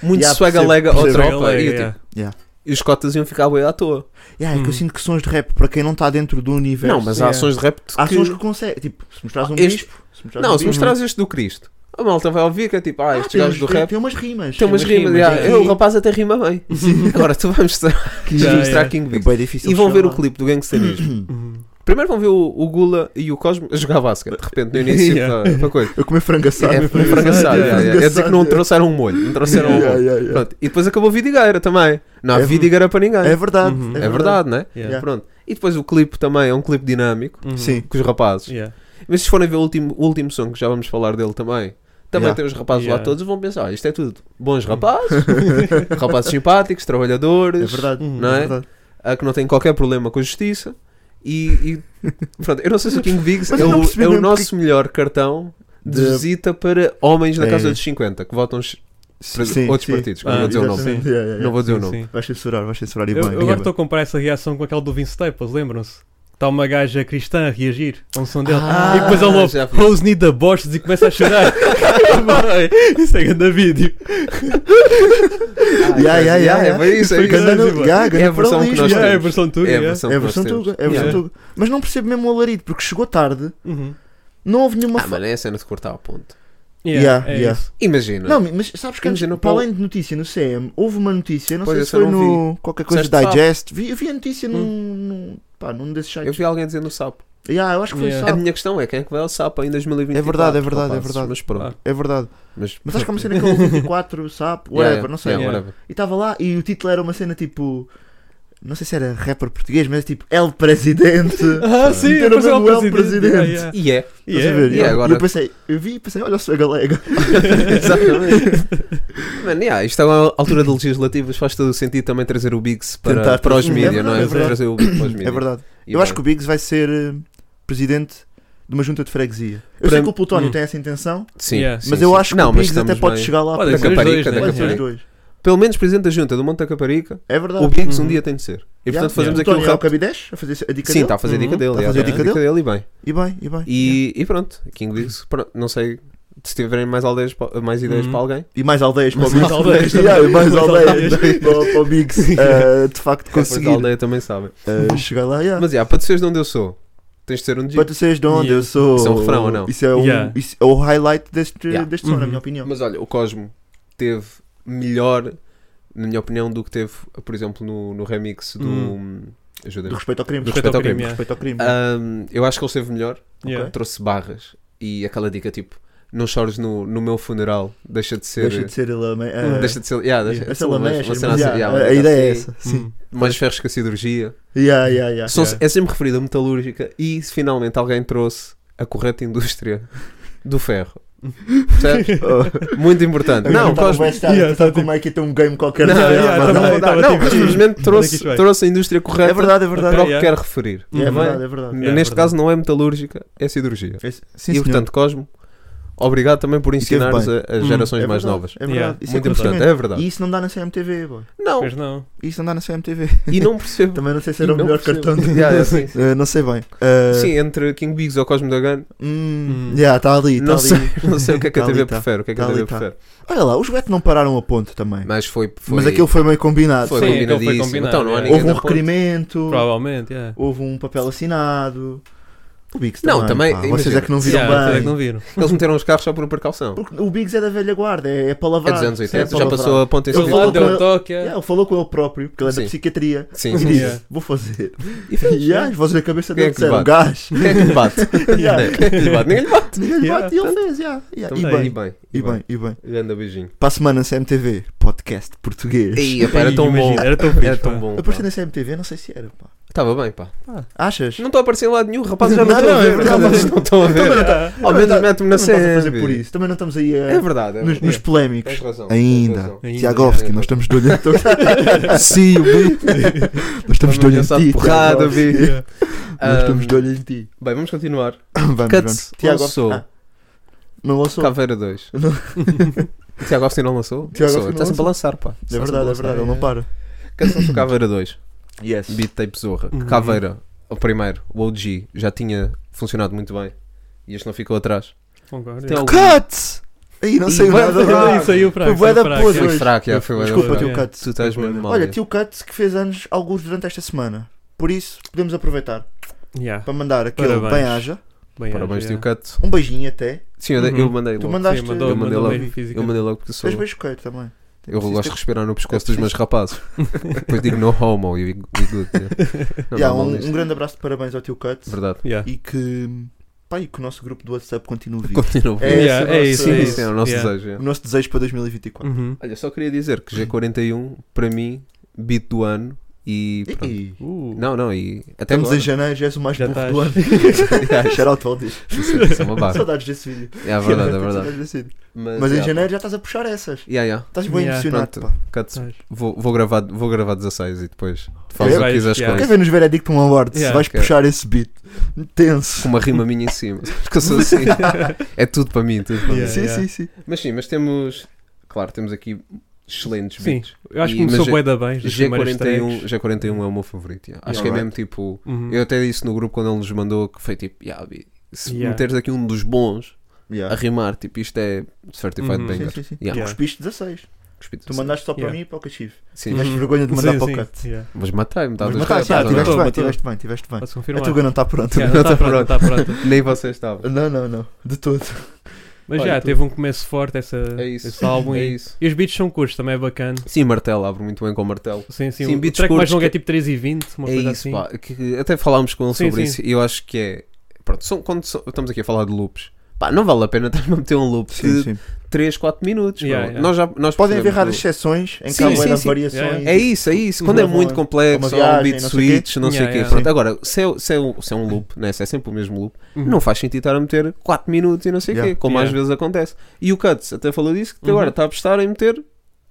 [SPEAKER 7] Muito
[SPEAKER 6] Yeah,
[SPEAKER 7] swag alega ao
[SPEAKER 6] percebo,
[SPEAKER 7] tropa
[SPEAKER 6] percebo.
[SPEAKER 7] e, eu, tipo,
[SPEAKER 8] Yeah.
[SPEAKER 7] e os cotas iam ficar bem à toa.
[SPEAKER 6] Yeah, é que eu
[SPEAKER 8] Hum.
[SPEAKER 6] sinto que sons de rap, para quem não está dentro do universo.
[SPEAKER 7] Não, mas há
[SPEAKER 8] yeah.
[SPEAKER 7] ações de rap de
[SPEAKER 6] há
[SPEAKER 7] que-
[SPEAKER 6] sons que consegue. Tipo, se mostrares um
[SPEAKER 7] Este-
[SPEAKER 6] bispo. Se mostrares
[SPEAKER 7] Não,
[SPEAKER 6] um
[SPEAKER 7] se
[SPEAKER 6] bispo-
[SPEAKER 7] mostrares este do Cristo, a malta vai ouvir que é tipo, ah,
[SPEAKER 6] Ah,
[SPEAKER 7] estes
[SPEAKER 6] tem
[SPEAKER 7] gajos do
[SPEAKER 6] uns- tem-
[SPEAKER 7] rap
[SPEAKER 6] Tem umas rimas. é.
[SPEAKER 7] têm umas
[SPEAKER 8] umas
[SPEAKER 7] rimas.
[SPEAKER 8] rimas,
[SPEAKER 7] yeah.
[SPEAKER 8] yeah.
[SPEAKER 7] O rapaz até rima bem. Agora tu vais mostrar,
[SPEAKER 8] Yeah,
[SPEAKER 7] mostrar
[SPEAKER 8] yeah.
[SPEAKER 7] King
[SPEAKER 6] É
[SPEAKER 7] Biggs.
[SPEAKER 6] bem difícil.
[SPEAKER 7] E vão ver o
[SPEAKER 6] chegar lá.
[SPEAKER 7] clipe do gangsterismo.
[SPEAKER 8] Uhum.
[SPEAKER 7] Primeiro vão ver o, o Gula e o Cosmo a jogar basquete, de repente, no início
[SPEAKER 8] Yeah.
[SPEAKER 7] da, da coisa.
[SPEAKER 6] Eu comer frango assado.
[SPEAKER 7] É, é
[SPEAKER 6] Frango
[SPEAKER 7] frangaçado,
[SPEAKER 6] assado,
[SPEAKER 7] yeah, yeah.
[SPEAKER 6] frango
[SPEAKER 7] é dizer que não
[SPEAKER 6] assado,
[SPEAKER 7] trouxeram um molho, não trouxeram um
[SPEAKER 6] yeah.
[SPEAKER 7] molho.
[SPEAKER 6] Yeah, yeah, yeah.
[SPEAKER 7] Pronto. E depois acabou Vidigueira também. Não há
[SPEAKER 6] É ver-
[SPEAKER 7] Vidigueira para ninguém.
[SPEAKER 6] É verdade.
[SPEAKER 8] Uhum.
[SPEAKER 7] É verdade, né?
[SPEAKER 8] Yeah.
[SPEAKER 7] Pronto. E depois o clipe também é um clipe dinâmico
[SPEAKER 8] Uhum.
[SPEAKER 6] Sim.
[SPEAKER 7] com os rapazes.
[SPEAKER 8] Yeah.
[SPEAKER 7] Mas se forem ver o último, o último som, que já vamos falar dele também, também
[SPEAKER 6] Yeah.
[SPEAKER 7] tem os rapazes lá
[SPEAKER 8] Yeah.
[SPEAKER 7] todos e vão pensar: "Ah, isto é tudo bons rapazes, rapazes simpáticos, trabalhadores,
[SPEAKER 6] É verdade.
[SPEAKER 8] Uhum.
[SPEAKER 7] Não
[SPEAKER 6] É
[SPEAKER 7] é?
[SPEAKER 6] verdade.
[SPEAKER 7] ah, que não têm qualquer problema com a justiça. E, e- pronto, eu não sei se o King Biggs
[SPEAKER 6] Mas
[SPEAKER 7] é
[SPEAKER 6] eu não
[SPEAKER 7] o,
[SPEAKER 6] percebi
[SPEAKER 7] é o
[SPEAKER 6] mesmo
[SPEAKER 7] nosso melhor cartão de,
[SPEAKER 6] De-
[SPEAKER 7] visita para homens na
[SPEAKER 6] É.
[SPEAKER 7] casa dos 50 que votam. x- Para outros partidos, que
[SPEAKER 8] não vou dizer o
[SPEAKER 7] nome.
[SPEAKER 6] Ah, exatamente, yeah, yeah,
[SPEAKER 7] Não
[SPEAKER 6] yeah.
[SPEAKER 7] vou dizer o
[SPEAKER 8] Sim,
[SPEAKER 7] nome.
[SPEAKER 8] sim.
[SPEAKER 6] Vais censurar, vais censurar e
[SPEAKER 8] Eu, eu
[SPEAKER 6] bem.
[SPEAKER 8] agora estou a comparar essa reação com aquela do Vince Staples, lembram-se? Está uma gaja cristã a reagir a um som dele.
[SPEAKER 7] Ah,
[SPEAKER 8] e depois ele ouve
[SPEAKER 7] já vi.
[SPEAKER 8] Rose need a Bosses e começa a chorar. Isso é grande vídeo.
[SPEAKER 7] Ah,
[SPEAKER 6] Yeah, yeah, yeah,
[SPEAKER 7] É bem isso, é
[SPEAKER 8] Foi
[SPEAKER 7] isso.
[SPEAKER 8] grande-
[SPEAKER 7] É a versão que nós
[SPEAKER 8] Yeah, é a
[SPEAKER 7] temos.
[SPEAKER 8] versão tuga.
[SPEAKER 7] É a
[SPEAKER 8] yeah.
[SPEAKER 6] É
[SPEAKER 7] versão que
[SPEAKER 6] a
[SPEAKER 7] nós
[SPEAKER 6] versão
[SPEAKER 7] temos.
[SPEAKER 6] tuga, é a versão
[SPEAKER 8] Yeah.
[SPEAKER 6] tuga. Mas não percebo mesmo o alarido, porque chegou tarde,
[SPEAKER 8] Uhum.
[SPEAKER 6] não houve nenhuma.
[SPEAKER 7] Ah,
[SPEAKER 6] fa-
[SPEAKER 7] mano, é a cena de cortar a ponte.
[SPEAKER 8] Yeah,
[SPEAKER 6] Yeah,
[SPEAKER 8] é
[SPEAKER 6] yeah.
[SPEAKER 8] isso.
[SPEAKER 7] Imagina.
[SPEAKER 6] Não, mas sabes que antes,
[SPEAKER 7] Imagina,
[SPEAKER 6] para
[SPEAKER 7] Paulo-
[SPEAKER 6] além de notícia no CM, houve uma notícia, não
[SPEAKER 7] Pois,
[SPEAKER 6] sei
[SPEAKER 7] essa é
[SPEAKER 6] se foi
[SPEAKER 7] eu não
[SPEAKER 6] no qualquer coisa
[SPEAKER 7] Disseste sapo.
[SPEAKER 6] Digest, vi, eu vi a notícia num, num, pá, num desses
[SPEAKER 7] eu
[SPEAKER 6] sites.
[SPEAKER 7] vi alguém dizendo o sapo.
[SPEAKER 6] Yeah, eu acho que foi
[SPEAKER 8] Yeah.
[SPEAKER 7] A
[SPEAKER 6] sapo.
[SPEAKER 7] minha questão é quem é que vai ao sapo em 2024?
[SPEAKER 6] Ah. É verdade, é verdade, é
[SPEAKER 7] rapazes?
[SPEAKER 6] verdade.
[SPEAKER 7] Mas pronto.
[SPEAKER 6] É verdade.
[SPEAKER 7] Mas,
[SPEAKER 6] Mas acho que é uma cena que houve 24, sapo, whatever,
[SPEAKER 7] Yeah, yeah,
[SPEAKER 6] não sei.
[SPEAKER 7] yeah,
[SPEAKER 8] Yeah.
[SPEAKER 7] whatever.
[SPEAKER 6] E estava lá e o título era uma cena tipo. Não sei se era rapper português, mas tipo El Presidente.
[SPEAKER 8] Ah, sim,
[SPEAKER 6] Meteram
[SPEAKER 8] depois é
[SPEAKER 6] mesmo
[SPEAKER 8] o
[SPEAKER 6] El
[SPEAKER 8] presidente.
[SPEAKER 6] Presidente.
[SPEAKER 8] Yeah,
[SPEAKER 7] E é.
[SPEAKER 8] yeah.
[SPEAKER 6] Estás a ver?
[SPEAKER 8] Yeah.
[SPEAKER 6] E
[SPEAKER 7] yeah,
[SPEAKER 6] eu-
[SPEAKER 7] agora-
[SPEAKER 6] eu pensei, eu vi e pensei, olha o seu galega.
[SPEAKER 7] Exatamente. Mano, yeah, isto é uma altura de legislativas, faz todo o sentido também trazer o Biggs para,
[SPEAKER 6] Tentar-
[SPEAKER 7] para os
[SPEAKER 6] Hum, é
[SPEAKER 7] mídias,
[SPEAKER 6] verdade,
[SPEAKER 7] não é?
[SPEAKER 6] é verdade.
[SPEAKER 7] Trazer o Biggs para os mídias.
[SPEAKER 6] É verdade. eu acho que o Biggs vai ser eh, presidente de uma junta de freguesia. Eu
[SPEAKER 7] Para-
[SPEAKER 6] sei que o Plutónio
[SPEAKER 8] Hum.
[SPEAKER 6] tem essa intenção,
[SPEAKER 7] Sim,
[SPEAKER 8] Yeah.
[SPEAKER 7] sim,
[SPEAKER 6] mas eu
[SPEAKER 7] sim.
[SPEAKER 6] acho que
[SPEAKER 7] Não,
[SPEAKER 6] o
[SPEAKER 7] mas
[SPEAKER 6] Biggs até
[SPEAKER 7] estamos
[SPEAKER 6] pode
[SPEAKER 7] bem.
[SPEAKER 6] chegar lá.
[SPEAKER 8] Podem
[SPEAKER 7] Da
[SPEAKER 8] ser os
[SPEAKER 7] Caparica,
[SPEAKER 8] dois, né?
[SPEAKER 7] da
[SPEAKER 6] Pode ser os
[SPEAKER 7] Caparica.
[SPEAKER 6] dois.
[SPEAKER 7] Pelo menos presidente da junta do Monte da Caparica,
[SPEAKER 6] É verdade.
[SPEAKER 7] o Biggs um
[SPEAKER 8] Uhum.
[SPEAKER 7] dia tem de ser. E
[SPEAKER 6] Yeah.
[SPEAKER 7] portanto fazemos
[SPEAKER 6] O
[SPEAKER 7] aqui um
[SPEAKER 6] Plutónio é o
[SPEAKER 7] rap.
[SPEAKER 6] Cabidez a fazer a dica
[SPEAKER 7] Sim,
[SPEAKER 6] dele.
[SPEAKER 7] está a fazer a dica
[SPEAKER 8] Uhum.
[SPEAKER 7] dele.
[SPEAKER 6] Está a
[SPEAKER 7] yeah,
[SPEAKER 6] fazer a
[SPEAKER 7] yeah,
[SPEAKER 6] dica
[SPEAKER 7] e bem.
[SPEAKER 6] E bem, e bem.
[SPEAKER 7] E, e pronto, King Biggs, pronto, não sei se tiverem mais, aldeias, pa- mais ideias
[SPEAKER 8] Uhum.
[SPEAKER 7] para alguém.
[SPEAKER 6] E mais aldeias para o
[SPEAKER 8] Mais
[SPEAKER 6] Biggs.
[SPEAKER 8] aldeias.
[SPEAKER 6] Yeah, e mais
[SPEAKER 8] Mais
[SPEAKER 6] aldeias
[SPEAKER 8] aldeias.
[SPEAKER 6] para para o Biggs. eh, De facto,
[SPEAKER 7] Depois da
[SPEAKER 6] conseguir
[SPEAKER 7] É, aldeia também sabem.
[SPEAKER 6] eh, chegar lá. yeah.
[SPEAKER 7] Mas yeah, para seres de onde eu sou, tens de ser um dia.
[SPEAKER 6] Para tu seres de onde
[SPEAKER 8] Yeah.
[SPEAKER 6] eu sou.
[SPEAKER 7] Isso é um refrão ou não?
[SPEAKER 6] Isso é, um-
[SPEAKER 8] Yeah.
[SPEAKER 6] isso é o highlight deste,
[SPEAKER 7] Yeah.
[SPEAKER 6] deste som, na
[SPEAKER 8] Uhum.
[SPEAKER 6] minha opinião.
[SPEAKER 7] Mas olha, o Cosmo teve melhor, na minha opinião, do que teve, por exemplo, no, no remix do.
[SPEAKER 6] Hum.
[SPEAKER 7] hum,
[SPEAKER 6] Do
[SPEAKER 7] Ajuda-me.
[SPEAKER 6] respeito ao crime.
[SPEAKER 8] Do respeito ao crime, é.
[SPEAKER 6] Respeito ao crime.
[SPEAKER 7] Ahm, eu acho que ele esteve melhor,
[SPEAKER 6] É.
[SPEAKER 8] Yeah.
[SPEAKER 7] trouxe barras e aquela dica tipo: não chores no, no meu funeral, deixa de ser.
[SPEAKER 6] Deixa de ser ele a mãe. ah,
[SPEAKER 7] deixa de ser- yeah, deixa-
[SPEAKER 6] Essa
[SPEAKER 7] uma-
[SPEAKER 6] lamecha,
[SPEAKER 7] uma
[SPEAKER 6] mas,
[SPEAKER 7] cena assim,
[SPEAKER 6] yeah,
[SPEAKER 7] yeah,
[SPEAKER 6] a-
[SPEAKER 7] uma
[SPEAKER 6] a
[SPEAKER 7] dica
[SPEAKER 6] ideia é
[SPEAKER 7] assim.
[SPEAKER 6] essa. Sim.
[SPEAKER 8] Hum.
[SPEAKER 7] mais ferros que a cirurgia.
[SPEAKER 6] Yeah, yeah, yeah.
[SPEAKER 7] Só se-
[SPEAKER 8] Yeah.
[SPEAKER 7] É sempre referido a metalúrgica e se finalmente alguém trouxe a correta indústria do ferro. Percebes?
[SPEAKER 6] Oh.
[SPEAKER 7] Muito importante. Não,
[SPEAKER 6] estava
[SPEAKER 7] Cosmo-
[SPEAKER 6] bem estar
[SPEAKER 8] Yeah,
[SPEAKER 6] estar
[SPEAKER 8] tá
[SPEAKER 6] como é que tem um game qualquer.
[SPEAKER 7] Não,
[SPEAKER 6] de-
[SPEAKER 8] yeah, tá
[SPEAKER 6] Ah, mas
[SPEAKER 8] bem.
[SPEAKER 6] não é.
[SPEAKER 8] Também tava
[SPEAKER 7] não,
[SPEAKER 8] tipo,
[SPEAKER 7] mas simplesmente
[SPEAKER 8] onde é que
[SPEAKER 7] trouxe,
[SPEAKER 8] isto vai?
[SPEAKER 7] trouxe a indústria correta
[SPEAKER 6] É verdade, é verdade.
[SPEAKER 7] para o que
[SPEAKER 8] yeah.
[SPEAKER 7] quer referir.
[SPEAKER 6] É
[SPEAKER 7] Não é?
[SPEAKER 6] verdade, é verdade.
[SPEAKER 8] Yeah, é
[SPEAKER 7] Neste
[SPEAKER 8] verdade.
[SPEAKER 7] caso não é metalúrgica, é cirurgia.
[SPEAKER 6] Sim,
[SPEAKER 7] e
[SPEAKER 6] senhor.
[SPEAKER 7] portanto, Cosmo, obrigado também por
[SPEAKER 6] E teve
[SPEAKER 7] ensinar-nos
[SPEAKER 6] bem.
[SPEAKER 7] a- as
[SPEAKER 8] Hum,
[SPEAKER 7] gerações
[SPEAKER 6] É
[SPEAKER 7] mais
[SPEAKER 6] verdade,
[SPEAKER 7] novas.
[SPEAKER 6] É verdade.
[SPEAKER 8] Yeah.
[SPEAKER 6] Isso
[SPEAKER 7] Muito
[SPEAKER 6] é
[SPEAKER 7] importante,
[SPEAKER 6] conhecimento.
[SPEAKER 7] é verdade.
[SPEAKER 6] E isso não dá na CMTV, boy.
[SPEAKER 7] Não,
[SPEAKER 8] Pois não.
[SPEAKER 6] Isso não dá na CMTV.
[SPEAKER 7] e não percebo.
[SPEAKER 6] Também não sei se era
[SPEAKER 7] E
[SPEAKER 6] o
[SPEAKER 7] não
[SPEAKER 6] melhor
[SPEAKER 7] percebo.
[SPEAKER 6] cartão. de-
[SPEAKER 7] Yeah, yeah, sim, sim.
[SPEAKER 6] Eh, não sei bem. Eh,
[SPEAKER 7] Sim, entre King Biggs ou Cosmo da Gun,
[SPEAKER 6] Hum, yeah, está ali, está
[SPEAKER 7] não
[SPEAKER 6] ali.
[SPEAKER 7] sei, não sei o que é que a
[SPEAKER 6] Tá
[SPEAKER 7] TV
[SPEAKER 6] ali, tá.
[SPEAKER 7] prefere. O que é que a
[SPEAKER 6] Tá ali,
[SPEAKER 7] TV
[SPEAKER 6] tá.
[SPEAKER 7] prefere.
[SPEAKER 6] Olha lá, os Beto não pararam a ponto também.
[SPEAKER 7] Mas foi. foi
[SPEAKER 6] Mas aquilo foi meio combinado.
[SPEAKER 7] foi
[SPEAKER 8] Sim, aquilo foi
[SPEAKER 7] combinadíssimo.
[SPEAKER 8] combinado,
[SPEAKER 7] então, não há
[SPEAKER 8] é.
[SPEAKER 7] ninguém
[SPEAKER 6] Houve um
[SPEAKER 7] na ponte.
[SPEAKER 6] requerimento,
[SPEAKER 8] Provavelmente, é.
[SPEAKER 6] houve um papel assinado. O Biggs
[SPEAKER 7] Não,
[SPEAKER 6] também.
[SPEAKER 7] também,
[SPEAKER 6] pá,
[SPEAKER 7] imagina.
[SPEAKER 6] vocês é que não viram
[SPEAKER 8] Yeah, vocês é
[SPEAKER 6] bem.
[SPEAKER 8] que não viram.
[SPEAKER 7] Eles meteram os carros só por precaução.
[SPEAKER 6] Porque o Biggs é da velha guarda, é, é palavrado.
[SPEAKER 7] É dos anos
[SPEAKER 6] Sim,
[SPEAKER 7] 80, já
[SPEAKER 6] palavrado.
[SPEAKER 7] passou a ponta em
[SPEAKER 6] Eu
[SPEAKER 8] Ele
[SPEAKER 7] cima.
[SPEAKER 8] lá
[SPEAKER 6] falo
[SPEAKER 8] deu
[SPEAKER 6] com
[SPEAKER 8] um toque. é.
[SPEAKER 6] Yeah, ele falou com ele próprio, porque ele é da
[SPEAKER 7] Sim.
[SPEAKER 6] psiquiatria.
[SPEAKER 7] Sim,
[SPEAKER 6] E
[SPEAKER 7] sim.
[SPEAKER 6] disse:
[SPEAKER 8] Yeah.
[SPEAKER 6] Vou fazer.
[SPEAKER 7] E fez.
[SPEAKER 6] E as vozes da cabeça
[SPEAKER 7] Quem é
[SPEAKER 6] dele
[SPEAKER 7] que lhe
[SPEAKER 6] disseram:
[SPEAKER 7] bate?
[SPEAKER 6] Gás.
[SPEAKER 7] Quem é que lhe bate?
[SPEAKER 6] Yeah.
[SPEAKER 7] Quem é que lhe bate? Ninguém lhe bate.
[SPEAKER 6] Ninguém lhe bate,
[SPEAKER 8] Yeah,
[SPEAKER 6] E ele fez, yeah. Yeah.
[SPEAKER 7] Então,
[SPEAKER 6] E
[SPEAKER 7] e
[SPEAKER 6] bem,
[SPEAKER 7] bem.
[SPEAKER 6] e bem, e bem.
[SPEAKER 7] Grande beijinho.
[SPEAKER 6] Para a semana, CMTV, podcast português.
[SPEAKER 7] Ei, epá, era
[SPEAKER 8] Ei,
[SPEAKER 7] tão bom.
[SPEAKER 8] imagina, Era tão fixe.
[SPEAKER 7] Era tão
[SPEAKER 8] pá.
[SPEAKER 7] bom.
[SPEAKER 6] Eu apareci na CMTV, não sei se era, pá.
[SPEAKER 7] Estava bem, pá.
[SPEAKER 6] Achas?
[SPEAKER 7] Não estou a aparecer em lado nenhum, rapazes já não
[SPEAKER 6] Não,
[SPEAKER 7] estão a
[SPEAKER 6] não, é
[SPEAKER 7] ver.
[SPEAKER 6] verdade.
[SPEAKER 7] Rapazes não estão a ver. Ao
[SPEAKER 6] Também
[SPEAKER 7] menos
[SPEAKER 6] tá-
[SPEAKER 7] mete-me na
[SPEAKER 6] também não estás a fazer
[SPEAKER 7] série.
[SPEAKER 6] por isso. Também não estamos aí a-
[SPEAKER 7] É verdade. é
[SPEAKER 6] nos,
[SPEAKER 7] verdade.
[SPEAKER 6] nos polémicos.
[SPEAKER 7] Tens razão. tens
[SPEAKER 6] Ainda.
[SPEAKER 7] razão.
[SPEAKER 8] Ainda,
[SPEAKER 6] Tiagovski,
[SPEAKER 7] ainda.
[SPEAKER 6] nós estamos de olho em ti. Sim, o Bito. Nós estamos de
[SPEAKER 7] Vamos
[SPEAKER 6] olho em
[SPEAKER 7] lançar
[SPEAKER 6] ti.
[SPEAKER 7] porrada,
[SPEAKER 6] Tiagovski.
[SPEAKER 7] Bito.
[SPEAKER 6] Yeah. Nós estamos de
[SPEAKER 7] Ahm,
[SPEAKER 6] olho em ti.
[SPEAKER 7] Bem, vamos continuar.
[SPEAKER 6] Vamos,
[SPEAKER 7] Cuts
[SPEAKER 6] vamos.
[SPEAKER 7] lançou.
[SPEAKER 6] Ah, Não lançou.
[SPEAKER 7] Caveira 2.
[SPEAKER 6] Não.
[SPEAKER 7] Tiago Austin não lançou?
[SPEAKER 6] Tiago
[SPEAKER 7] Lançou.
[SPEAKER 6] Austin não
[SPEAKER 7] Está sempre
[SPEAKER 6] lançou.
[SPEAKER 7] a lançar, pá.
[SPEAKER 6] É verdade, é verdade, ele não para.
[SPEAKER 7] Canção do Caveira 2.
[SPEAKER 6] Yes.
[SPEAKER 7] Beat Tape Zorra.
[SPEAKER 8] Uhum.
[SPEAKER 7] Caveira, o primeiro, o OG, já tinha funcionado muito bem. E este não ficou atrás.
[SPEAKER 8] Concordo.
[SPEAKER 7] Tem algum-
[SPEAKER 6] Cuts! Aí não saiu
[SPEAKER 7] vai-
[SPEAKER 6] nada.
[SPEAKER 7] vai-
[SPEAKER 6] lá.
[SPEAKER 8] Isso aí, o fraco.
[SPEAKER 6] Foi bué da
[SPEAKER 8] fraco.
[SPEAKER 6] podre.
[SPEAKER 7] Foi
[SPEAKER 6] dois.
[SPEAKER 7] fraco, já foi.
[SPEAKER 6] Desculpa,
[SPEAKER 7] foi-
[SPEAKER 6] tio Cuts.
[SPEAKER 7] Tu estás mesmo mal. é.
[SPEAKER 6] Olha,
[SPEAKER 7] já.
[SPEAKER 6] tio Cuts que fez anos, alguns durante esta semana. Por isso, podemos aproveitar
[SPEAKER 8] Yeah.
[SPEAKER 6] para mandar aquele
[SPEAKER 8] Parabéns.
[SPEAKER 6] bem-aja.
[SPEAKER 8] Bem,
[SPEAKER 7] Parabéns,
[SPEAKER 8] é,
[SPEAKER 7] tio
[SPEAKER 8] é.
[SPEAKER 7] Cuts.
[SPEAKER 6] Um beijinho até.
[SPEAKER 7] Sim, eu,
[SPEAKER 8] Uhum.
[SPEAKER 7] eu mandei
[SPEAKER 6] Tu
[SPEAKER 7] logo.
[SPEAKER 6] mandaste.
[SPEAKER 8] Sim, mandou,
[SPEAKER 7] eu mandei
[SPEAKER 8] mandou
[SPEAKER 7] logo.
[SPEAKER 8] bem física.
[SPEAKER 7] Eu mandei logo porque
[SPEAKER 6] Tu
[SPEAKER 7] sou.
[SPEAKER 6] és beijoqueiro também.
[SPEAKER 7] Eu
[SPEAKER 6] Preciso
[SPEAKER 7] gosto de
[SPEAKER 6] ter-
[SPEAKER 7] respirar no pescoço dos
[SPEAKER 6] preciso-
[SPEAKER 7] meus rapazes. Depois digo no homo e we we good. yeah. Não,
[SPEAKER 6] Yeah,
[SPEAKER 7] não, mal
[SPEAKER 6] um,
[SPEAKER 7] disto.
[SPEAKER 6] um grande abraço de parabéns ao tio Cuts
[SPEAKER 7] Verdade.
[SPEAKER 8] Yeah.
[SPEAKER 6] e que, pá, e que o nosso grupo do WhatsApp continue vivo.
[SPEAKER 7] Continua.
[SPEAKER 6] É esse
[SPEAKER 8] Yeah,
[SPEAKER 6] o nosso-
[SPEAKER 8] isso,
[SPEAKER 7] Sim,
[SPEAKER 8] é
[SPEAKER 7] esse é o nosso
[SPEAKER 8] Yeah.
[SPEAKER 7] desejo.
[SPEAKER 6] O
[SPEAKER 7] yeah.
[SPEAKER 6] nosso desejo para 2024.
[SPEAKER 8] Uhum.
[SPEAKER 7] Olha, só queria dizer que G41, para mim, beat do ano e.
[SPEAKER 6] E,
[SPEAKER 7] Hum, pronto.
[SPEAKER 8] Uh.
[SPEAKER 7] Não, não, e. Até
[SPEAKER 6] estamos
[SPEAKER 7] agora.
[SPEAKER 6] em janeiro, já és o mais
[SPEAKER 8] Já
[SPEAKER 6] burro
[SPEAKER 8] estás.
[SPEAKER 6] do ano. Shout out ao Aldis.
[SPEAKER 7] Isso é- isso é uma barra.
[SPEAKER 6] Saudades desse vídeo.
[SPEAKER 7] É a verdade, é a
[SPEAKER 6] Saudades
[SPEAKER 7] verdade.
[SPEAKER 6] desse vídeo.
[SPEAKER 7] Mas,
[SPEAKER 6] Mas em
[SPEAKER 7] yeah,
[SPEAKER 6] janeiro já estás a puxar essas.
[SPEAKER 7] Yeah, yeah.
[SPEAKER 6] Estás bem
[SPEAKER 8] Yeah.
[SPEAKER 6] emocionado,
[SPEAKER 7] Pronto.
[SPEAKER 6] pá.
[SPEAKER 7] Cuts,
[SPEAKER 8] Mas-
[SPEAKER 7] vou, vou, gravar, vou gravar 16 e depois fazes o que
[SPEAKER 8] Vais,
[SPEAKER 7] quiseres
[SPEAKER 8] yeah.
[SPEAKER 7] com
[SPEAKER 6] Quer
[SPEAKER 7] É isso.
[SPEAKER 6] ver nos Veredictum Awards?
[SPEAKER 8] Yeah,
[SPEAKER 6] vais
[SPEAKER 7] quero.
[SPEAKER 6] puxar esse beat. Tenso.
[SPEAKER 7] Com uma rima minha em cima. Porque eu sou assim. É tudo para mim, tudo para
[SPEAKER 8] Yeah,
[SPEAKER 7] mim.
[SPEAKER 6] sim,
[SPEAKER 8] yeah.
[SPEAKER 6] sim, sim.
[SPEAKER 7] Mas sim, mas temos. Claro, temos aqui excelentes
[SPEAKER 8] Sim,
[SPEAKER 7] beats.
[SPEAKER 8] eu acho que
[SPEAKER 7] E-
[SPEAKER 8] começou
[SPEAKER 7] mas
[SPEAKER 8] bué da bem. das primeiras
[SPEAKER 7] G41,
[SPEAKER 8] tracks.
[SPEAKER 7] G41 é o meu favorito. yeah. Acho
[SPEAKER 6] Yeah,
[SPEAKER 7] que é
[SPEAKER 6] right.
[SPEAKER 7] mesmo tipo.
[SPEAKER 8] Uhum.
[SPEAKER 7] Eu até disse no grupo quando ele nos mandou que foi tipo, yeah, B, se
[SPEAKER 8] Yeah.
[SPEAKER 7] meteres aqui um dos bons a
[SPEAKER 6] Yeah.
[SPEAKER 7] rimar, tipo, isto é certified
[SPEAKER 8] Uhum.
[SPEAKER 7] banger.
[SPEAKER 6] Sim, sim, sim.
[SPEAKER 7] Yeah.
[SPEAKER 8] Yeah.
[SPEAKER 6] Cuspiste 16.
[SPEAKER 7] Cuspido.
[SPEAKER 6] Tu mandaste só para
[SPEAKER 8] Yeah.
[SPEAKER 6] mim e para o Cachive.
[SPEAKER 7] Sim,
[SPEAKER 6] Tiveste vergonha de mandar
[SPEAKER 8] Sim,
[SPEAKER 6] para o
[SPEAKER 8] sim,
[SPEAKER 6] Cut.
[SPEAKER 8] yeah.
[SPEAKER 7] mas matei-me,
[SPEAKER 6] Mas
[SPEAKER 7] estás a
[SPEAKER 6] mataste, ah,
[SPEAKER 8] rapaz,
[SPEAKER 6] tiveste
[SPEAKER 8] matou,
[SPEAKER 6] bem,
[SPEAKER 8] matou.
[SPEAKER 6] tiveste bem, tiveste bem.
[SPEAKER 8] Posso
[SPEAKER 6] A
[SPEAKER 8] confirmar?
[SPEAKER 6] Tuga não está pronta. né?
[SPEAKER 8] Yeah, não está pronto, está pronto.
[SPEAKER 7] tá? Nem vocês estavam.
[SPEAKER 6] Não, não, não. De todo.
[SPEAKER 8] Mas
[SPEAKER 7] Olha,
[SPEAKER 8] já,
[SPEAKER 7] tu-
[SPEAKER 8] teve um começo forte essa,
[SPEAKER 7] É isso.
[SPEAKER 8] esse álbum.
[SPEAKER 7] É
[SPEAKER 8] e-
[SPEAKER 7] isso.
[SPEAKER 8] E os beats são curtos, também é bacana.
[SPEAKER 7] Sim, martelo, abre muito bem com o martelo.
[SPEAKER 8] Sim, sim.
[SPEAKER 7] Sim,
[SPEAKER 8] o
[SPEAKER 7] beats
[SPEAKER 8] track mais
[SPEAKER 7] curtos
[SPEAKER 8] longo é
[SPEAKER 7] que-
[SPEAKER 8] tipo 3 e 20, uma
[SPEAKER 7] é
[SPEAKER 8] coisa
[SPEAKER 7] isso,
[SPEAKER 8] assim.
[SPEAKER 7] pá. que- que até falámos com ele
[SPEAKER 8] Sim,
[SPEAKER 7] sobre
[SPEAKER 8] sim.
[SPEAKER 7] isso e eu acho que é. Pronto, são- quando so- estamos aqui a falar de loops, pá, não vale a pena estar a meter um loop de 3, 4 minutos.
[SPEAKER 8] Yeah,
[SPEAKER 7] meu.
[SPEAKER 8] yeah.
[SPEAKER 7] Nós já, nós
[SPEAKER 6] Podem haver
[SPEAKER 7] percebemos
[SPEAKER 6] raras
[SPEAKER 7] o-
[SPEAKER 6] exceções em que
[SPEAKER 7] Sim,
[SPEAKER 6] há
[SPEAKER 7] sim,
[SPEAKER 6] bué de
[SPEAKER 7] sim.
[SPEAKER 6] variações.
[SPEAKER 8] Yeah,
[SPEAKER 7] É isso, é isso. Quando é
[SPEAKER 6] Tipo, Uma-
[SPEAKER 7] muito complexo,
[SPEAKER 6] uma
[SPEAKER 7] há um
[SPEAKER 6] viagem,
[SPEAKER 7] beat
[SPEAKER 6] não sei
[SPEAKER 7] switch, não sei o
[SPEAKER 8] Yeah,
[SPEAKER 7] quê.
[SPEAKER 8] yeah.
[SPEAKER 7] Pronto, agora, se é, se, é, se é um loop, né? se é sempre o mesmo loop, não faz sentido estar a meter 4 minutos e não sei o
[SPEAKER 6] Uhum. Yeah.
[SPEAKER 7] quê, como às
[SPEAKER 8] Yeah. Uhum.
[SPEAKER 7] vezes acontece. E o Cuts até falou disso, que agora está a apostar em meter,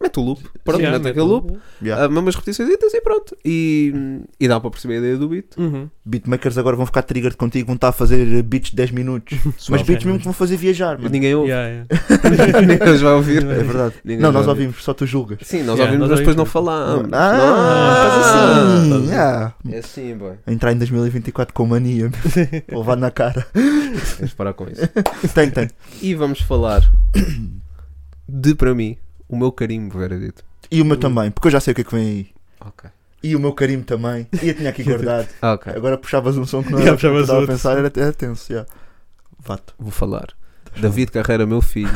[SPEAKER 7] mete o loop, pronto,
[SPEAKER 8] Yeah,
[SPEAKER 7] mete
[SPEAKER 8] mete
[SPEAKER 7] aquele
[SPEAKER 8] o
[SPEAKER 7] loop,
[SPEAKER 6] Yeah.
[SPEAKER 7] ah, mesmas repetições e pronto. E, e dá para perceber a ideia do beat.
[SPEAKER 8] Uhum.
[SPEAKER 6] Beatmakers agora vão ficar triggered contigo, vão estar a fazer beats de 10 minutos. Mas
[SPEAKER 7] Suave.
[SPEAKER 6] beats mesmo que vão fazer viajar, mano.
[SPEAKER 7] Ninguém ouve,
[SPEAKER 8] Yeah, yeah.
[SPEAKER 7] ninguém os vai ouvir.
[SPEAKER 6] É verdade.
[SPEAKER 7] Ninguém
[SPEAKER 6] Não,
[SPEAKER 7] vai
[SPEAKER 6] nós
[SPEAKER 7] ouvir.
[SPEAKER 6] ouvimos, só tu julgas.
[SPEAKER 7] Sim, nós
[SPEAKER 8] Yeah,
[SPEAKER 7] ouvimos,
[SPEAKER 8] nós
[SPEAKER 7] mas depois não
[SPEAKER 8] ouvimos.
[SPEAKER 7] falamos.
[SPEAKER 6] Ah, estás Ah, assim.
[SPEAKER 7] Ah,
[SPEAKER 6] yeah.
[SPEAKER 7] É assim, boy.
[SPEAKER 6] Entrar em 2024 com mania, meu. levar na cara.
[SPEAKER 7] Tens de parar com isso.
[SPEAKER 6] Tem, tem.
[SPEAKER 7] E vamos falar de, para mim, o meu carimbo veredito.
[SPEAKER 6] E o meu também, porque eu já sei o que é que vem aí.
[SPEAKER 7] Ok.
[SPEAKER 6] E o meu carimbo também. E eu tinha aqui guardado.
[SPEAKER 7] Ok.
[SPEAKER 6] Agora puxavas um som que não
[SPEAKER 8] Yeah,
[SPEAKER 6] era o que eu
[SPEAKER 8] puxavas
[SPEAKER 6] estava a
[SPEAKER 8] outro.
[SPEAKER 6] pensar, era, era tenso. Yeah. Vato.
[SPEAKER 7] Vou falar David Carreira, meu filho.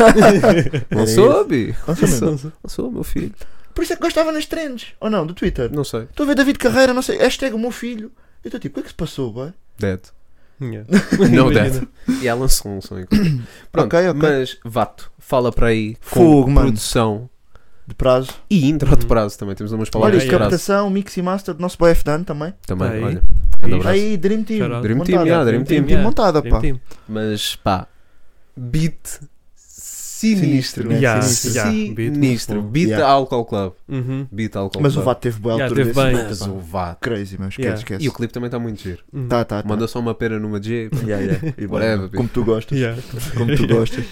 [SPEAKER 7] não
[SPEAKER 6] Era
[SPEAKER 7] soube.
[SPEAKER 6] Não sei mesmo.
[SPEAKER 7] Não sou- não sou, meu filho.
[SPEAKER 6] Por isso é que gostava nas trends, ou não, do Twitter.
[SPEAKER 7] Não sei.
[SPEAKER 6] Estou a ver David Carreira, não sei, hashtag o meu filho. Eu estou tipo, o que é que se passou, boy?
[SPEAKER 7] Dead.
[SPEAKER 8] Yeah.
[SPEAKER 7] Não
[SPEAKER 8] Imagina.
[SPEAKER 7] dead. E ela lançou um som. inclusive. Pronto,
[SPEAKER 6] Ok, ok.
[SPEAKER 7] mas Vato, fala para aí com
[SPEAKER 6] Fogo, mano.
[SPEAKER 7] produção
[SPEAKER 6] De prazo.
[SPEAKER 7] e intro de prazo também. Temos umas
[SPEAKER 6] Olha,
[SPEAKER 7] palavras
[SPEAKER 6] isto,
[SPEAKER 7] de prazo
[SPEAKER 6] captação, mix e master do nosso boy F. Dan também.
[SPEAKER 7] também.
[SPEAKER 8] Tá aí.
[SPEAKER 7] Olha,
[SPEAKER 8] Fixe.
[SPEAKER 7] grande abraço.
[SPEAKER 6] Aí, Dream Team.
[SPEAKER 8] Shout out.
[SPEAKER 7] Dream Team,
[SPEAKER 6] montada.
[SPEAKER 7] yeah, Dream Team.
[SPEAKER 6] Team montada,
[SPEAKER 8] Dream
[SPEAKER 6] pá.
[SPEAKER 8] Team.
[SPEAKER 7] Mas pá, beat sinistro.
[SPEAKER 6] Sinistro, né?
[SPEAKER 8] Yeah,
[SPEAKER 6] Sinistro.
[SPEAKER 8] yeah, beat
[SPEAKER 7] Sinistro.
[SPEAKER 8] muito bom.
[SPEAKER 7] Beat
[SPEAKER 6] Yeah.
[SPEAKER 7] Alcohol Club.
[SPEAKER 8] Uhum.
[SPEAKER 7] Beat Alcohol
[SPEAKER 6] Mas o
[SPEAKER 7] Club.
[SPEAKER 6] Vato teve boa
[SPEAKER 8] Yeah,
[SPEAKER 6] altura.
[SPEAKER 8] teve
[SPEAKER 6] desse
[SPEAKER 8] bem.
[SPEAKER 6] ano,
[SPEAKER 7] Mas
[SPEAKER 6] pá.
[SPEAKER 7] o Vato.
[SPEAKER 6] Crazy, meu. Esquece,
[SPEAKER 8] Yeah.
[SPEAKER 6] esquece.
[SPEAKER 7] E o clipe também está muito giro.
[SPEAKER 8] Uhum.
[SPEAKER 6] Tá, tá, tá.
[SPEAKER 7] Mandou só uma pera numa J.
[SPEAKER 6] Yeah, yeah. E
[SPEAKER 7] Whatever,
[SPEAKER 6] bora.
[SPEAKER 7] bitch.
[SPEAKER 6] Como tu gostas.
[SPEAKER 8] Yeah.
[SPEAKER 6] Como tu gostas.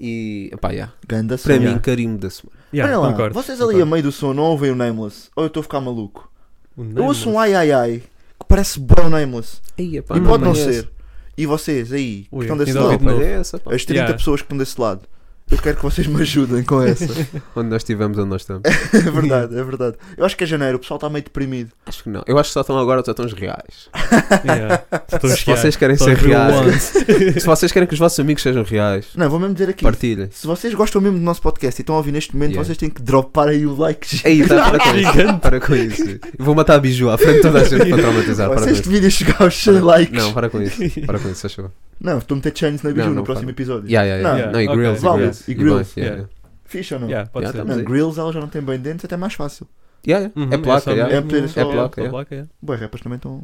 [SPEAKER 7] E pá, yeah.
[SPEAKER 6] Ganda
[SPEAKER 7] para
[SPEAKER 6] cena.
[SPEAKER 7] mim, carimbo da semana.
[SPEAKER 8] Yeah,
[SPEAKER 6] Olha lá,
[SPEAKER 8] concordo,
[SPEAKER 6] vocês ali
[SPEAKER 8] concordo.
[SPEAKER 6] a meio do som não ouvem o Nameless? Ou eu estou a ficar maluco?
[SPEAKER 8] O
[SPEAKER 6] Eu ouço um
[SPEAKER 8] Nameless.
[SPEAKER 6] ai ai ai que parece bem o Nameless.
[SPEAKER 7] E
[SPEAKER 6] e pode não ser. E vocês aí, que
[SPEAKER 8] Ui,
[SPEAKER 6] estão desse
[SPEAKER 8] ainda ouvi
[SPEAKER 6] lado,
[SPEAKER 8] de novo.
[SPEAKER 7] Essa, pá.
[SPEAKER 6] as 30
[SPEAKER 8] Yeah.
[SPEAKER 6] pessoas que estão desse lado, eu quero que vocês me ajudem com essa.
[SPEAKER 7] Onde nós estivemos, onde nós estamos.
[SPEAKER 6] é verdade, é verdade. Eu acho que é janeiro, o pessoal está meio deprimido.
[SPEAKER 7] Acho que não. Eu acho que só estão agora, só estão os reais.
[SPEAKER 8] Yeah. Estou a
[SPEAKER 7] Se vocês
[SPEAKER 8] chiar.
[SPEAKER 7] querem
[SPEAKER 8] Só
[SPEAKER 7] ser
[SPEAKER 8] os real
[SPEAKER 7] reais, se vocês querem que os vossos amigos sejam reais,
[SPEAKER 6] Não, vou mesmo dizer aqui.
[SPEAKER 7] partilhem.
[SPEAKER 6] Se vocês gostam mesmo do nosso podcast e estão a ouvir neste momento,
[SPEAKER 7] Yeah.
[SPEAKER 6] vocês têm que dropar aí o like.
[SPEAKER 8] É,
[SPEAKER 7] Ei, tá, para com isso. Para com isso. Eu vou matar a Biju à frente de toda a gente para traumatizar. Para
[SPEAKER 6] Se
[SPEAKER 7] com isso.
[SPEAKER 6] este vídeo chegar aos 100 likes.
[SPEAKER 7] Não, para com isso. Para com isso, faz favor.
[SPEAKER 6] Não, estou a meter chains na biju
[SPEAKER 7] Não,
[SPEAKER 6] no
[SPEAKER 7] não,
[SPEAKER 6] próximo
[SPEAKER 7] para.
[SPEAKER 6] episódio.
[SPEAKER 7] Yeah, yeah, yeah.
[SPEAKER 8] Não,
[SPEAKER 7] Não, e
[SPEAKER 8] ok.
[SPEAKER 7] grills, e
[SPEAKER 6] Válido.
[SPEAKER 7] grills.
[SPEAKER 6] E
[SPEAKER 7] E
[SPEAKER 6] grills,
[SPEAKER 7] bem, yeah, yeah.
[SPEAKER 6] Fixe ou não?
[SPEAKER 8] Yeah, pode
[SPEAKER 7] Yeah,
[SPEAKER 8] ser.
[SPEAKER 7] tá.
[SPEAKER 6] Não,
[SPEAKER 7] Mas é-
[SPEAKER 6] Grills ela já não tem bem dentes, até é mais fácil.
[SPEAKER 7] Yeah,
[SPEAKER 8] Uhum,
[SPEAKER 7] yeah. É placa,
[SPEAKER 8] só-
[SPEAKER 7] yeah.
[SPEAKER 6] É placa,
[SPEAKER 8] só
[SPEAKER 6] é
[SPEAKER 7] placa, é.
[SPEAKER 8] placa, yeah.
[SPEAKER 6] Boa, rappers também estão.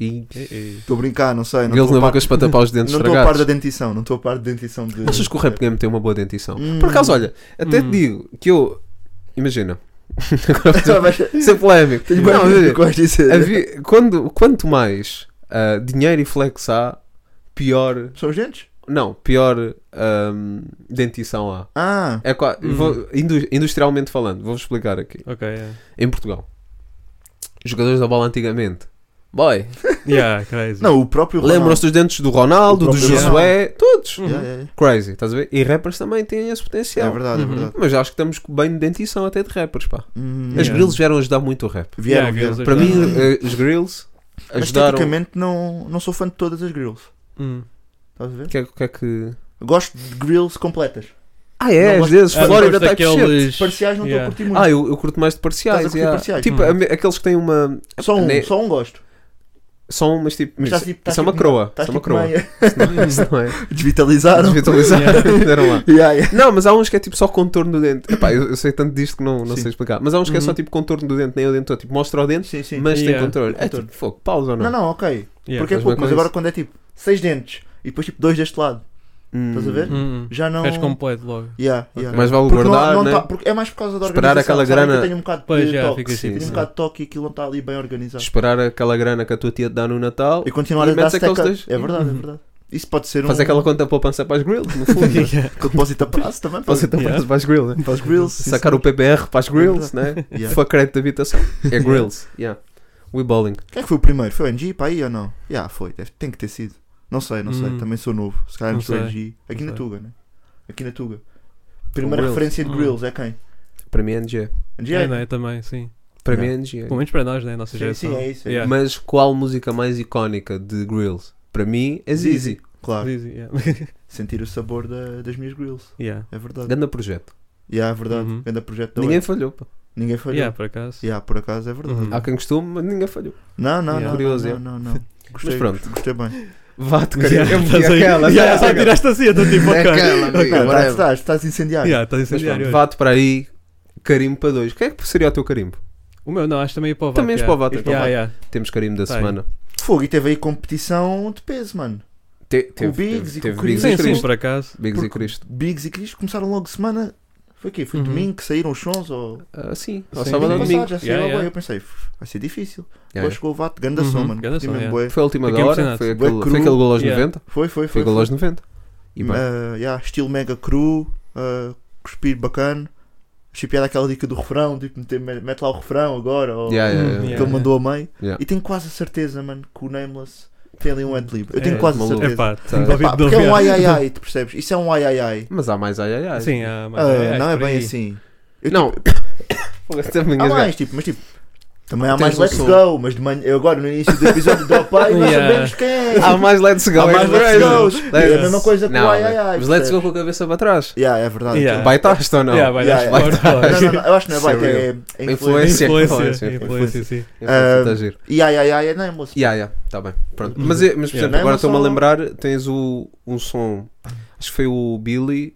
[SPEAKER 7] E
[SPEAKER 8] Ei, ei.
[SPEAKER 6] Estou a brincar, não sei. Não
[SPEAKER 7] grills
[SPEAKER 6] estou
[SPEAKER 7] na
[SPEAKER 6] a par-
[SPEAKER 7] boca para tapar os dentes
[SPEAKER 6] Não estou a par da
[SPEAKER 7] estragados.
[SPEAKER 6] dentição, não estou a par da dentição de.
[SPEAKER 7] Achas que o rap game tem uma boa dentição?
[SPEAKER 6] Hum.
[SPEAKER 7] Por acaso, olha, até te
[SPEAKER 8] Hum.
[SPEAKER 7] digo que eu. Imagina. Agora vou
[SPEAKER 6] Mas-
[SPEAKER 7] ser é polémico.
[SPEAKER 6] Tenho
[SPEAKER 7] Não,
[SPEAKER 6] bem
[SPEAKER 7] imagina.
[SPEAKER 6] o que vais dizer.
[SPEAKER 7] Havia- quando, quanto mais ah, dinheiro e flex há, pior.
[SPEAKER 6] São os dentes?
[SPEAKER 7] Não, pior ahm, dentição há.
[SPEAKER 6] Ah,
[SPEAKER 7] É qua-
[SPEAKER 8] Hum.
[SPEAKER 7] vou- indu- industrialmente falando, vou explicar aqui.
[SPEAKER 8] Ok, yeah.
[SPEAKER 7] Em Portugal, os jogadores da bola antigamente. Boy,
[SPEAKER 8] Yeah, crazy.
[SPEAKER 6] não, o próprio.
[SPEAKER 7] lembram-se dos dentes do Ronaldo,
[SPEAKER 6] O
[SPEAKER 7] do
[SPEAKER 6] próprio
[SPEAKER 7] Josué, todos.
[SPEAKER 6] Ronaldo. Uhum. Yeah, yeah,
[SPEAKER 7] Crazy, estás a ver? E rappers também têm esse
[SPEAKER 6] yeah.
[SPEAKER 7] potencial.
[SPEAKER 6] É verdade, é
[SPEAKER 8] Uhum.
[SPEAKER 6] verdade.
[SPEAKER 7] Mas acho que estamos bem de dentição até de rappers, pá.
[SPEAKER 6] Hum,
[SPEAKER 7] Uhum. As
[SPEAKER 8] Yeah.
[SPEAKER 7] grills vieram ajudar muito o rap.
[SPEAKER 6] Vieram,
[SPEAKER 8] Yeah,
[SPEAKER 6] vieram.
[SPEAKER 8] Grills é
[SPEAKER 7] Para mim,
[SPEAKER 8] ajudaram.
[SPEAKER 7] eh, os grills
[SPEAKER 6] Hum. Mas
[SPEAKER 7] ajudaram.
[SPEAKER 6] tecnicamente não, não sou fã de todas as grills.
[SPEAKER 8] Hum.
[SPEAKER 6] Estás a ver?
[SPEAKER 7] O que é, o que é que.
[SPEAKER 6] Gosto de grills completas.
[SPEAKER 7] Ah, é,
[SPEAKER 6] Não,
[SPEAKER 7] às
[SPEAKER 6] mas-
[SPEAKER 7] vezes,
[SPEAKER 8] Ah,
[SPEAKER 7] Flórida
[SPEAKER 8] depois
[SPEAKER 7] type shit.
[SPEAKER 8] daqueles-
[SPEAKER 6] tá Parciais não estou
[SPEAKER 8] Yeah.
[SPEAKER 6] a curtir muito.
[SPEAKER 7] Ah, eu, eu curto mais
[SPEAKER 6] Estás
[SPEAKER 7] de
[SPEAKER 6] a
[SPEAKER 7] parciais.
[SPEAKER 6] curtir
[SPEAKER 7] yeah.
[SPEAKER 6] parciais?
[SPEAKER 7] Tipo,
[SPEAKER 8] Uhum.
[SPEAKER 7] ame- aqueles que têm uma.
[SPEAKER 6] só, um,
[SPEAKER 7] né-
[SPEAKER 6] só um gosto.
[SPEAKER 7] São umas tipo.
[SPEAKER 6] Mas
[SPEAKER 7] Isso,
[SPEAKER 6] estás tipo- estás
[SPEAKER 7] isso é uma
[SPEAKER 6] tipo-
[SPEAKER 7] croa.
[SPEAKER 6] Estás
[SPEAKER 7] Isso é uma
[SPEAKER 6] tipo
[SPEAKER 7] croa.
[SPEAKER 6] meio-
[SPEAKER 7] Isso não é.
[SPEAKER 6] Desvitalizaram.
[SPEAKER 7] Desvitalizaram. deram lá.
[SPEAKER 6] Ah, Yeah, yeah.
[SPEAKER 7] Não, mas há uns que é tipo só contorno do dente. Epá, eu, eu sei tanto disto que não, não
[SPEAKER 6] Sim.
[SPEAKER 7] sei explicar. Mas há uns que é só
[SPEAKER 8] Uhum.
[SPEAKER 7] tipo contorno do dente, nem o dente todo. Tipo, mostra o dente,
[SPEAKER 6] Sim, sim.
[SPEAKER 7] mas tem
[SPEAKER 8] Yeah.
[SPEAKER 7] controle. É
[SPEAKER 6] Contorno.
[SPEAKER 7] tipo, fogo, pausa ou não?
[SPEAKER 6] Não, não, ok.
[SPEAKER 8] Hum. Yeah.
[SPEAKER 6] Porque é
[SPEAKER 7] faz bem
[SPEAKER 6] pouco,
[SPEAKER 7] com
[SPEAKER 6] mas agora
[SPEAKER 7] isso.
[SPEAKER 6] quando é tipo seis dentes e depois tipo dois deste lado,
[SPEAKER 7] Hum.
[SPEAKER 6] estás a ver?
[SPEAKER 8] Hum, hum.
[SPEAKER 6] Já não.
[SPEAKER 8] Queres completo logo.
[SPEAKER 6] Yeah, yeah.
[SPEAKER 7] Mais vale
[SPEAKER 6] Porque não-
[SPEAKER 7] guardar,
[SPEAKER 6] não
[SPEAKER 7] né?
[SPEAKER 6] tá- porque é mais por causa da
[SPEAKER 7] Esperar
[SPEAKER 6] organização.
[SPEAKER 7] aquela
[SPEAKER 6] sabem que
[SPEAKER 7] grana.
[SPEAKER 6] Eu tenho um bocado de
[SPEAKER 8] Pois, já,
[SPEAKER 6] toque.
[SPEAKER 8] fica assim,
[SPEAKER 6] tenho um
[SPEAKER 8] sim.
[SPEAKER 6] bocado de toque e aquilo não está ali bem organizado.
[SPEAKER 7] Esperar aquela grana que a tua tia te dá no Natal.
[SPEAKER 6] E continuar
[SPEAKER 7] E
[SPEAKER 6] a dar
[SPEAKER 7] metes aqueles
[SPEAKER 6] seca.
[SPEAKER 7] dois.
[SPEAKER 6] É verdade, é
[SPEAKER 8] Uhum.
[SPEAKER 6] verdade. Isso pode ser um.
[SPEAKER 7] Fazer aquela conta poupança para as grills, no fundo. né?
[SPEAKER 6] Que deposita prazo também. pode
[SPEAKER 7] Poupança
[SPEAKER 6] ser
[SPEAKER 7] poupança para as grills, né?
[SPEAKER 6] Para os grills. sim,
[SPEAKER 7] Sacar
[SPEAKER 6] sim.
[SPEAKER 7] o PPR para as grills, né?
[SPEAKER 6] Yeah.
[SPEAKER 7] Foi crédito de habitação. É grills. Yeah. We bowling.
[SPEAKER 6] Quem é que foi o primeiro? Foi o NG para aí ou não? Já foi, deve- tem que ter sido. Não sei, não sei,
[SPEAKER 8] Hum.
[SPEAKER 6] também sou novo. Se calhar
[SPEAKER 8] Não
[SPEAKER 6] não sou
[SPEAKER 8] sei,
[SPEAKER 6] NG. Aqui
[SPEAKER 8] não
[SPEAKER 6] na
[SPEAKER 8] sei.
[SPEAKER 6] Tuga, né? Aqui na Tuga. Primeira
[SPEAKER 7] Grills.
[SPEAKER 6] referência de
[SPEAKER 8] Hum.
[SPEAKER 6] Grills é quem?
[SPEAKER 7] Para mim é NG.
[SPEAKER 6] NG
[SPEAKER 8] É, não é? Também, sim.
[SPEAKER 7] Para
[SPEAKER 6] Yeah.
[SPEAKER 7] mim é NG.
[SPEAKER 8] Pelo menos para nós, né? a Nossa
[SPEAKER 6] Sim,
[SPEAKER 8] geração.
[SPEAKER 6] sim, é isso, é
[SPEAKER 8] Yeah.
[SPEAKER 7] Mas qual música mais icónica de grills? Para mim é Zizi.
[SPEAKER 6] Claro,
[SPEAKER 8] Easy, yeah.
[SPEAKER 6] sentir o sabor da- das minhas Grills.
[SPEAKER 8] Yeah.
[SPEAKER 6] É verdade.
[SPEAKER 7] Ganda projeto.
[SPEAKER 6] Yeah, é verdade.
[SPEAKER 8] Uhum.
[SPEAKER 6] Ganda projeto da
[SPEAKER 7] Ninguém
[SPEAKER 6] Ninguém,
[SPEAKER 7] falhou. pá.
[SPEAKER 6] Ninguém falhou.
[SPEAKER 8] Yeah, por acaso.
[SPEAKER 6] Yeah, por acaso é verdade.
[SPEAKER 8] Uhum.
[SPEAKER 7] Há quem costume, mas ninguém falhou.
[SPEAKER 6] Não, não,
[SPEAKER 8] Yeah.
[SPEAKER 6] não,
[SPEAKER 7] Curioso,
[SPEAKER 6] não,
[SPEAKER 7] é.
[SPEAKER 6] não, não, não. Gostei,
[SPEAKER 7] pronto.
[SPEAKER 6] Gostei bem.
[SPEAKER 7] Vá-te,
[SPEAKER 8] Yeah,
[SPEAKER 7] caralho.
[SPEAKER 8] estás aí-
[SPEAKER 7] Aquela,
[SPEAKER 8] Yeah,
[SPEAKER 7] aquela,
[SPEAKER 8] só tiraste assim, eu estou tipo,
[SPEAKER 7] aquela,
[SPEAKER 8] ok.
[SPEAKER 7] aquela, amiga,
[SPEAKER 6] Não, tá-
[SPEAKER 7] whatever.
[SPEAKER 6] estás, estás incendiado.
[SPEAKER 8] Yeah, estás
[SPEAKER 7] Mas
[SPEAKER 8] incendiário.
[SPEAKER 7] pronto,
[SPEAKER 8] hoje.
[SPEAKER 7] vá-te para aí. Carimbo para dois. Quem é que seria o teu carimbo?
[SPEAKER 8] O meu não, acho que também ia para o Vato.
[SPEAKER 7] Também és
[SPEAKER 8] yeah.
[SPEAKER 7] para o então Vato,
[SPEAKER 8] Ias
[SPEAKER 7] és para o
[SPEAKER 8] yeah, yeah.
[SPEAKER 7] Temos carimbo da
[SPEAKER 8] Tá aí.
[SPEAKER 7] semana.
[SPEAKER 6] Fogo, e teve aí competição de peso, mano.
[SPEAKER 7] Te,
[SPEAKER 6] Com Biggs e com Chris.
[SPEAKER 7] Biggs
[SPEAKER 8] Sim,
[SPEAKER 7] e
[SPEAKER 8] sim,
[SPEAKER 7] Cristo.
[SPEAKER 8] por acaso.
[SPEAKER 7] Biggs e
[SPEAKER 6] Porque
[SPEAKER 7] Cristo.
[SPEAKER 6] Biggs e Cris começaram logo de semana. Foi o quê? Foi
[SPEAKER 8] Uhum.
[SPEAKER 6] domingo que saíram os sons? Ou...
[SPEAKER 7] Ah, sim, ao
[SPEAKER 8] Sim,
[SPEAKER 7] sábado ou
[SPEAKER 8] sim.
[SPEAKER 7] domingo.
[SPEAKER 6] Passado, já saiu
[SPEAKER 8] Yeah,
[SPEAKER 6] logo,
[SPEAKER 8] yeah.
[SPEAKER 6] Eu pensei, "Pff, vai ser difícil.
[SPEAKER 7] Yeah,
[SPEAKER 6] Depois chegou o Vato, ganda som,
[SPEAKER 8] Uhum,
[SPEAKER 6] mano.
[SPEAKER 8] ganda
[SPEAKER 6] Curti
[SPEAKER 8] som,
[SPEAKER 6] mesmo
[SPEAKER 8] yeah.
[SPEAKER 6] bué.
[SPEAKER 7] yeah. Foi a última
[SPEAKER 8] Fiquei
[SPEAKER 7] da hora.
[SPEAKER 8] emocionado.
[SPEAKER 6] Bué
[SPEAKER 7] Foi aquele,
[SPEAKER 6] cru.
[SPEAKER 7] foi aquele gol aos
[SPEAKER 8] Yeah.
[SPEAKER 7] 90.
[SPEAKER 6] Foi, foi,
[SPEAKER 7] Foi
[SPEAKER 6] foi.
[SPEAKER 7] aquele
[SPEAKER 6] foi.
[SPEAKER 7] aos 90. E bem.
[SPEAKER 6] Ah, yeah, estilo mega cru, ah, cuspir bacana. Achei piada aquela dica do refrão, tipo, meter- mete lá o refrão agora, ou
[SPEAKER 7] Yeah, yeah,
[SPEAKER 8] Hum,
[SPEAKER 7] yeah.
[SPEAKER 6] que ele mandou a meio.
[SPEAKER 7] Yeah.
[SPEAKER 6] E tenho quase a certeza, mano, que o Nameless tem ali um ad-lib. Eu
[SPEAKER 8] É,
[SPEAKER 6] tenho quase a
[SPEAKER 7] maluco.
[SPEAKER 8] É
[SPEAKER 6] certeza.
[SPEAKER 8] pá,
[SPEAKER 7] Tá.
[SPEAKER 8] David
[SPEAKER 6] Epá, porque é um ai ai ai, tu percebes? Isso é um ai ai ai.
[SPEAKER 7] Mas há mais ai ai ai.
[SPEAKER 8] Sim, há mais.
[SPEAKER 6] Ah,
[SPEAKER 8] é,
[SPEAKER 6] não é
[SPEAKER 8] por
[SPEAKER 6] bem
[SPEAKER 8] aí.
[SPEAKER 6] assim.
[SPEAKER 7] Não. Fogo, é até me
[SPEAKER 6] Há
[SPEAKER 7] engasguei.
[SPEAKER 6] mais, tipo, mas tipo, Também há
[SPEAKER 7] Tens
[SPEAKER 6] mais
[SPEAKER 7] um
[SPEAKER 6] Let's
[SPEAKER 7] som.
[SPEAKER 6] Go, mas de manhã, eu agora no início do episódio do Pai, nós
[SPEAKER 8] Yeah.
[SPEAKER 6] sabemos quem é.
[SPEAKER 7] Há mais Let's Go.
[SPEAKER 6] Há mais
[SPEAKER 7] é
[SPEAKER 6] Let's
[SPEAKER 7] crazy.
[SPEAKER 6] Go's. E é a
[SPEAKER 7] Let's-
[SPEAKER 6] mesma coisa que o é-
[SPEAKER 7] Não,
[SPEAKER 6] ai, ai, ai,
[SPEAKER 7] Mas Let's Go
[SPEAKER 6] percebes?
[SPEAKER 7] com a cabeça para trás.
[SPEAKER 6] Yeah, é verdade.
[SPEAKER 8] Yeah.
[SPEAKER 7] Baitaste ou não?
[SPEAKER 8] Yeah, vai
[SPEAKER 6] Yeah,
[SPEAKER 8] dar
[SPEAKER 7] yeah.
[SPEAKER 8] esporte, claro.
[SPEAKER 6] Não, não, não, eu acho que não é
[SPEAKER 7] Isso é
[SPEAKER 6] baita, é, é
[SPEAKER 8] Influência,
[SPEAKER 6] influência.
[SPEAKER 7] Influência. influência,
[SPEAKER 8] influência,
[SPEAKER 7] influência.
[SPEAKER 8] sim.
[SPEAKER 7] Influência,
[SPEAKER 6] Ah,
[SPEAKER 7] tá giro.
[SPEAKER 6] E ai, ai, ai, não é moço.
[SPEAKER 7] Yeah, yeah, tá bem. Pronto. Mas, é- mas por
[SPEAKER 8] Yeah.
[SPEAKER 7] exemplo,
[SPEAKER 6] Não é
[SPEAKER 7] agora
[SPEAKER 6] uma
[SPEAKER 7] estou-me a
[SPEAKER 6] só-
[SPEAKER 7] lembrar, tens o, um som, acho que foi o Billy,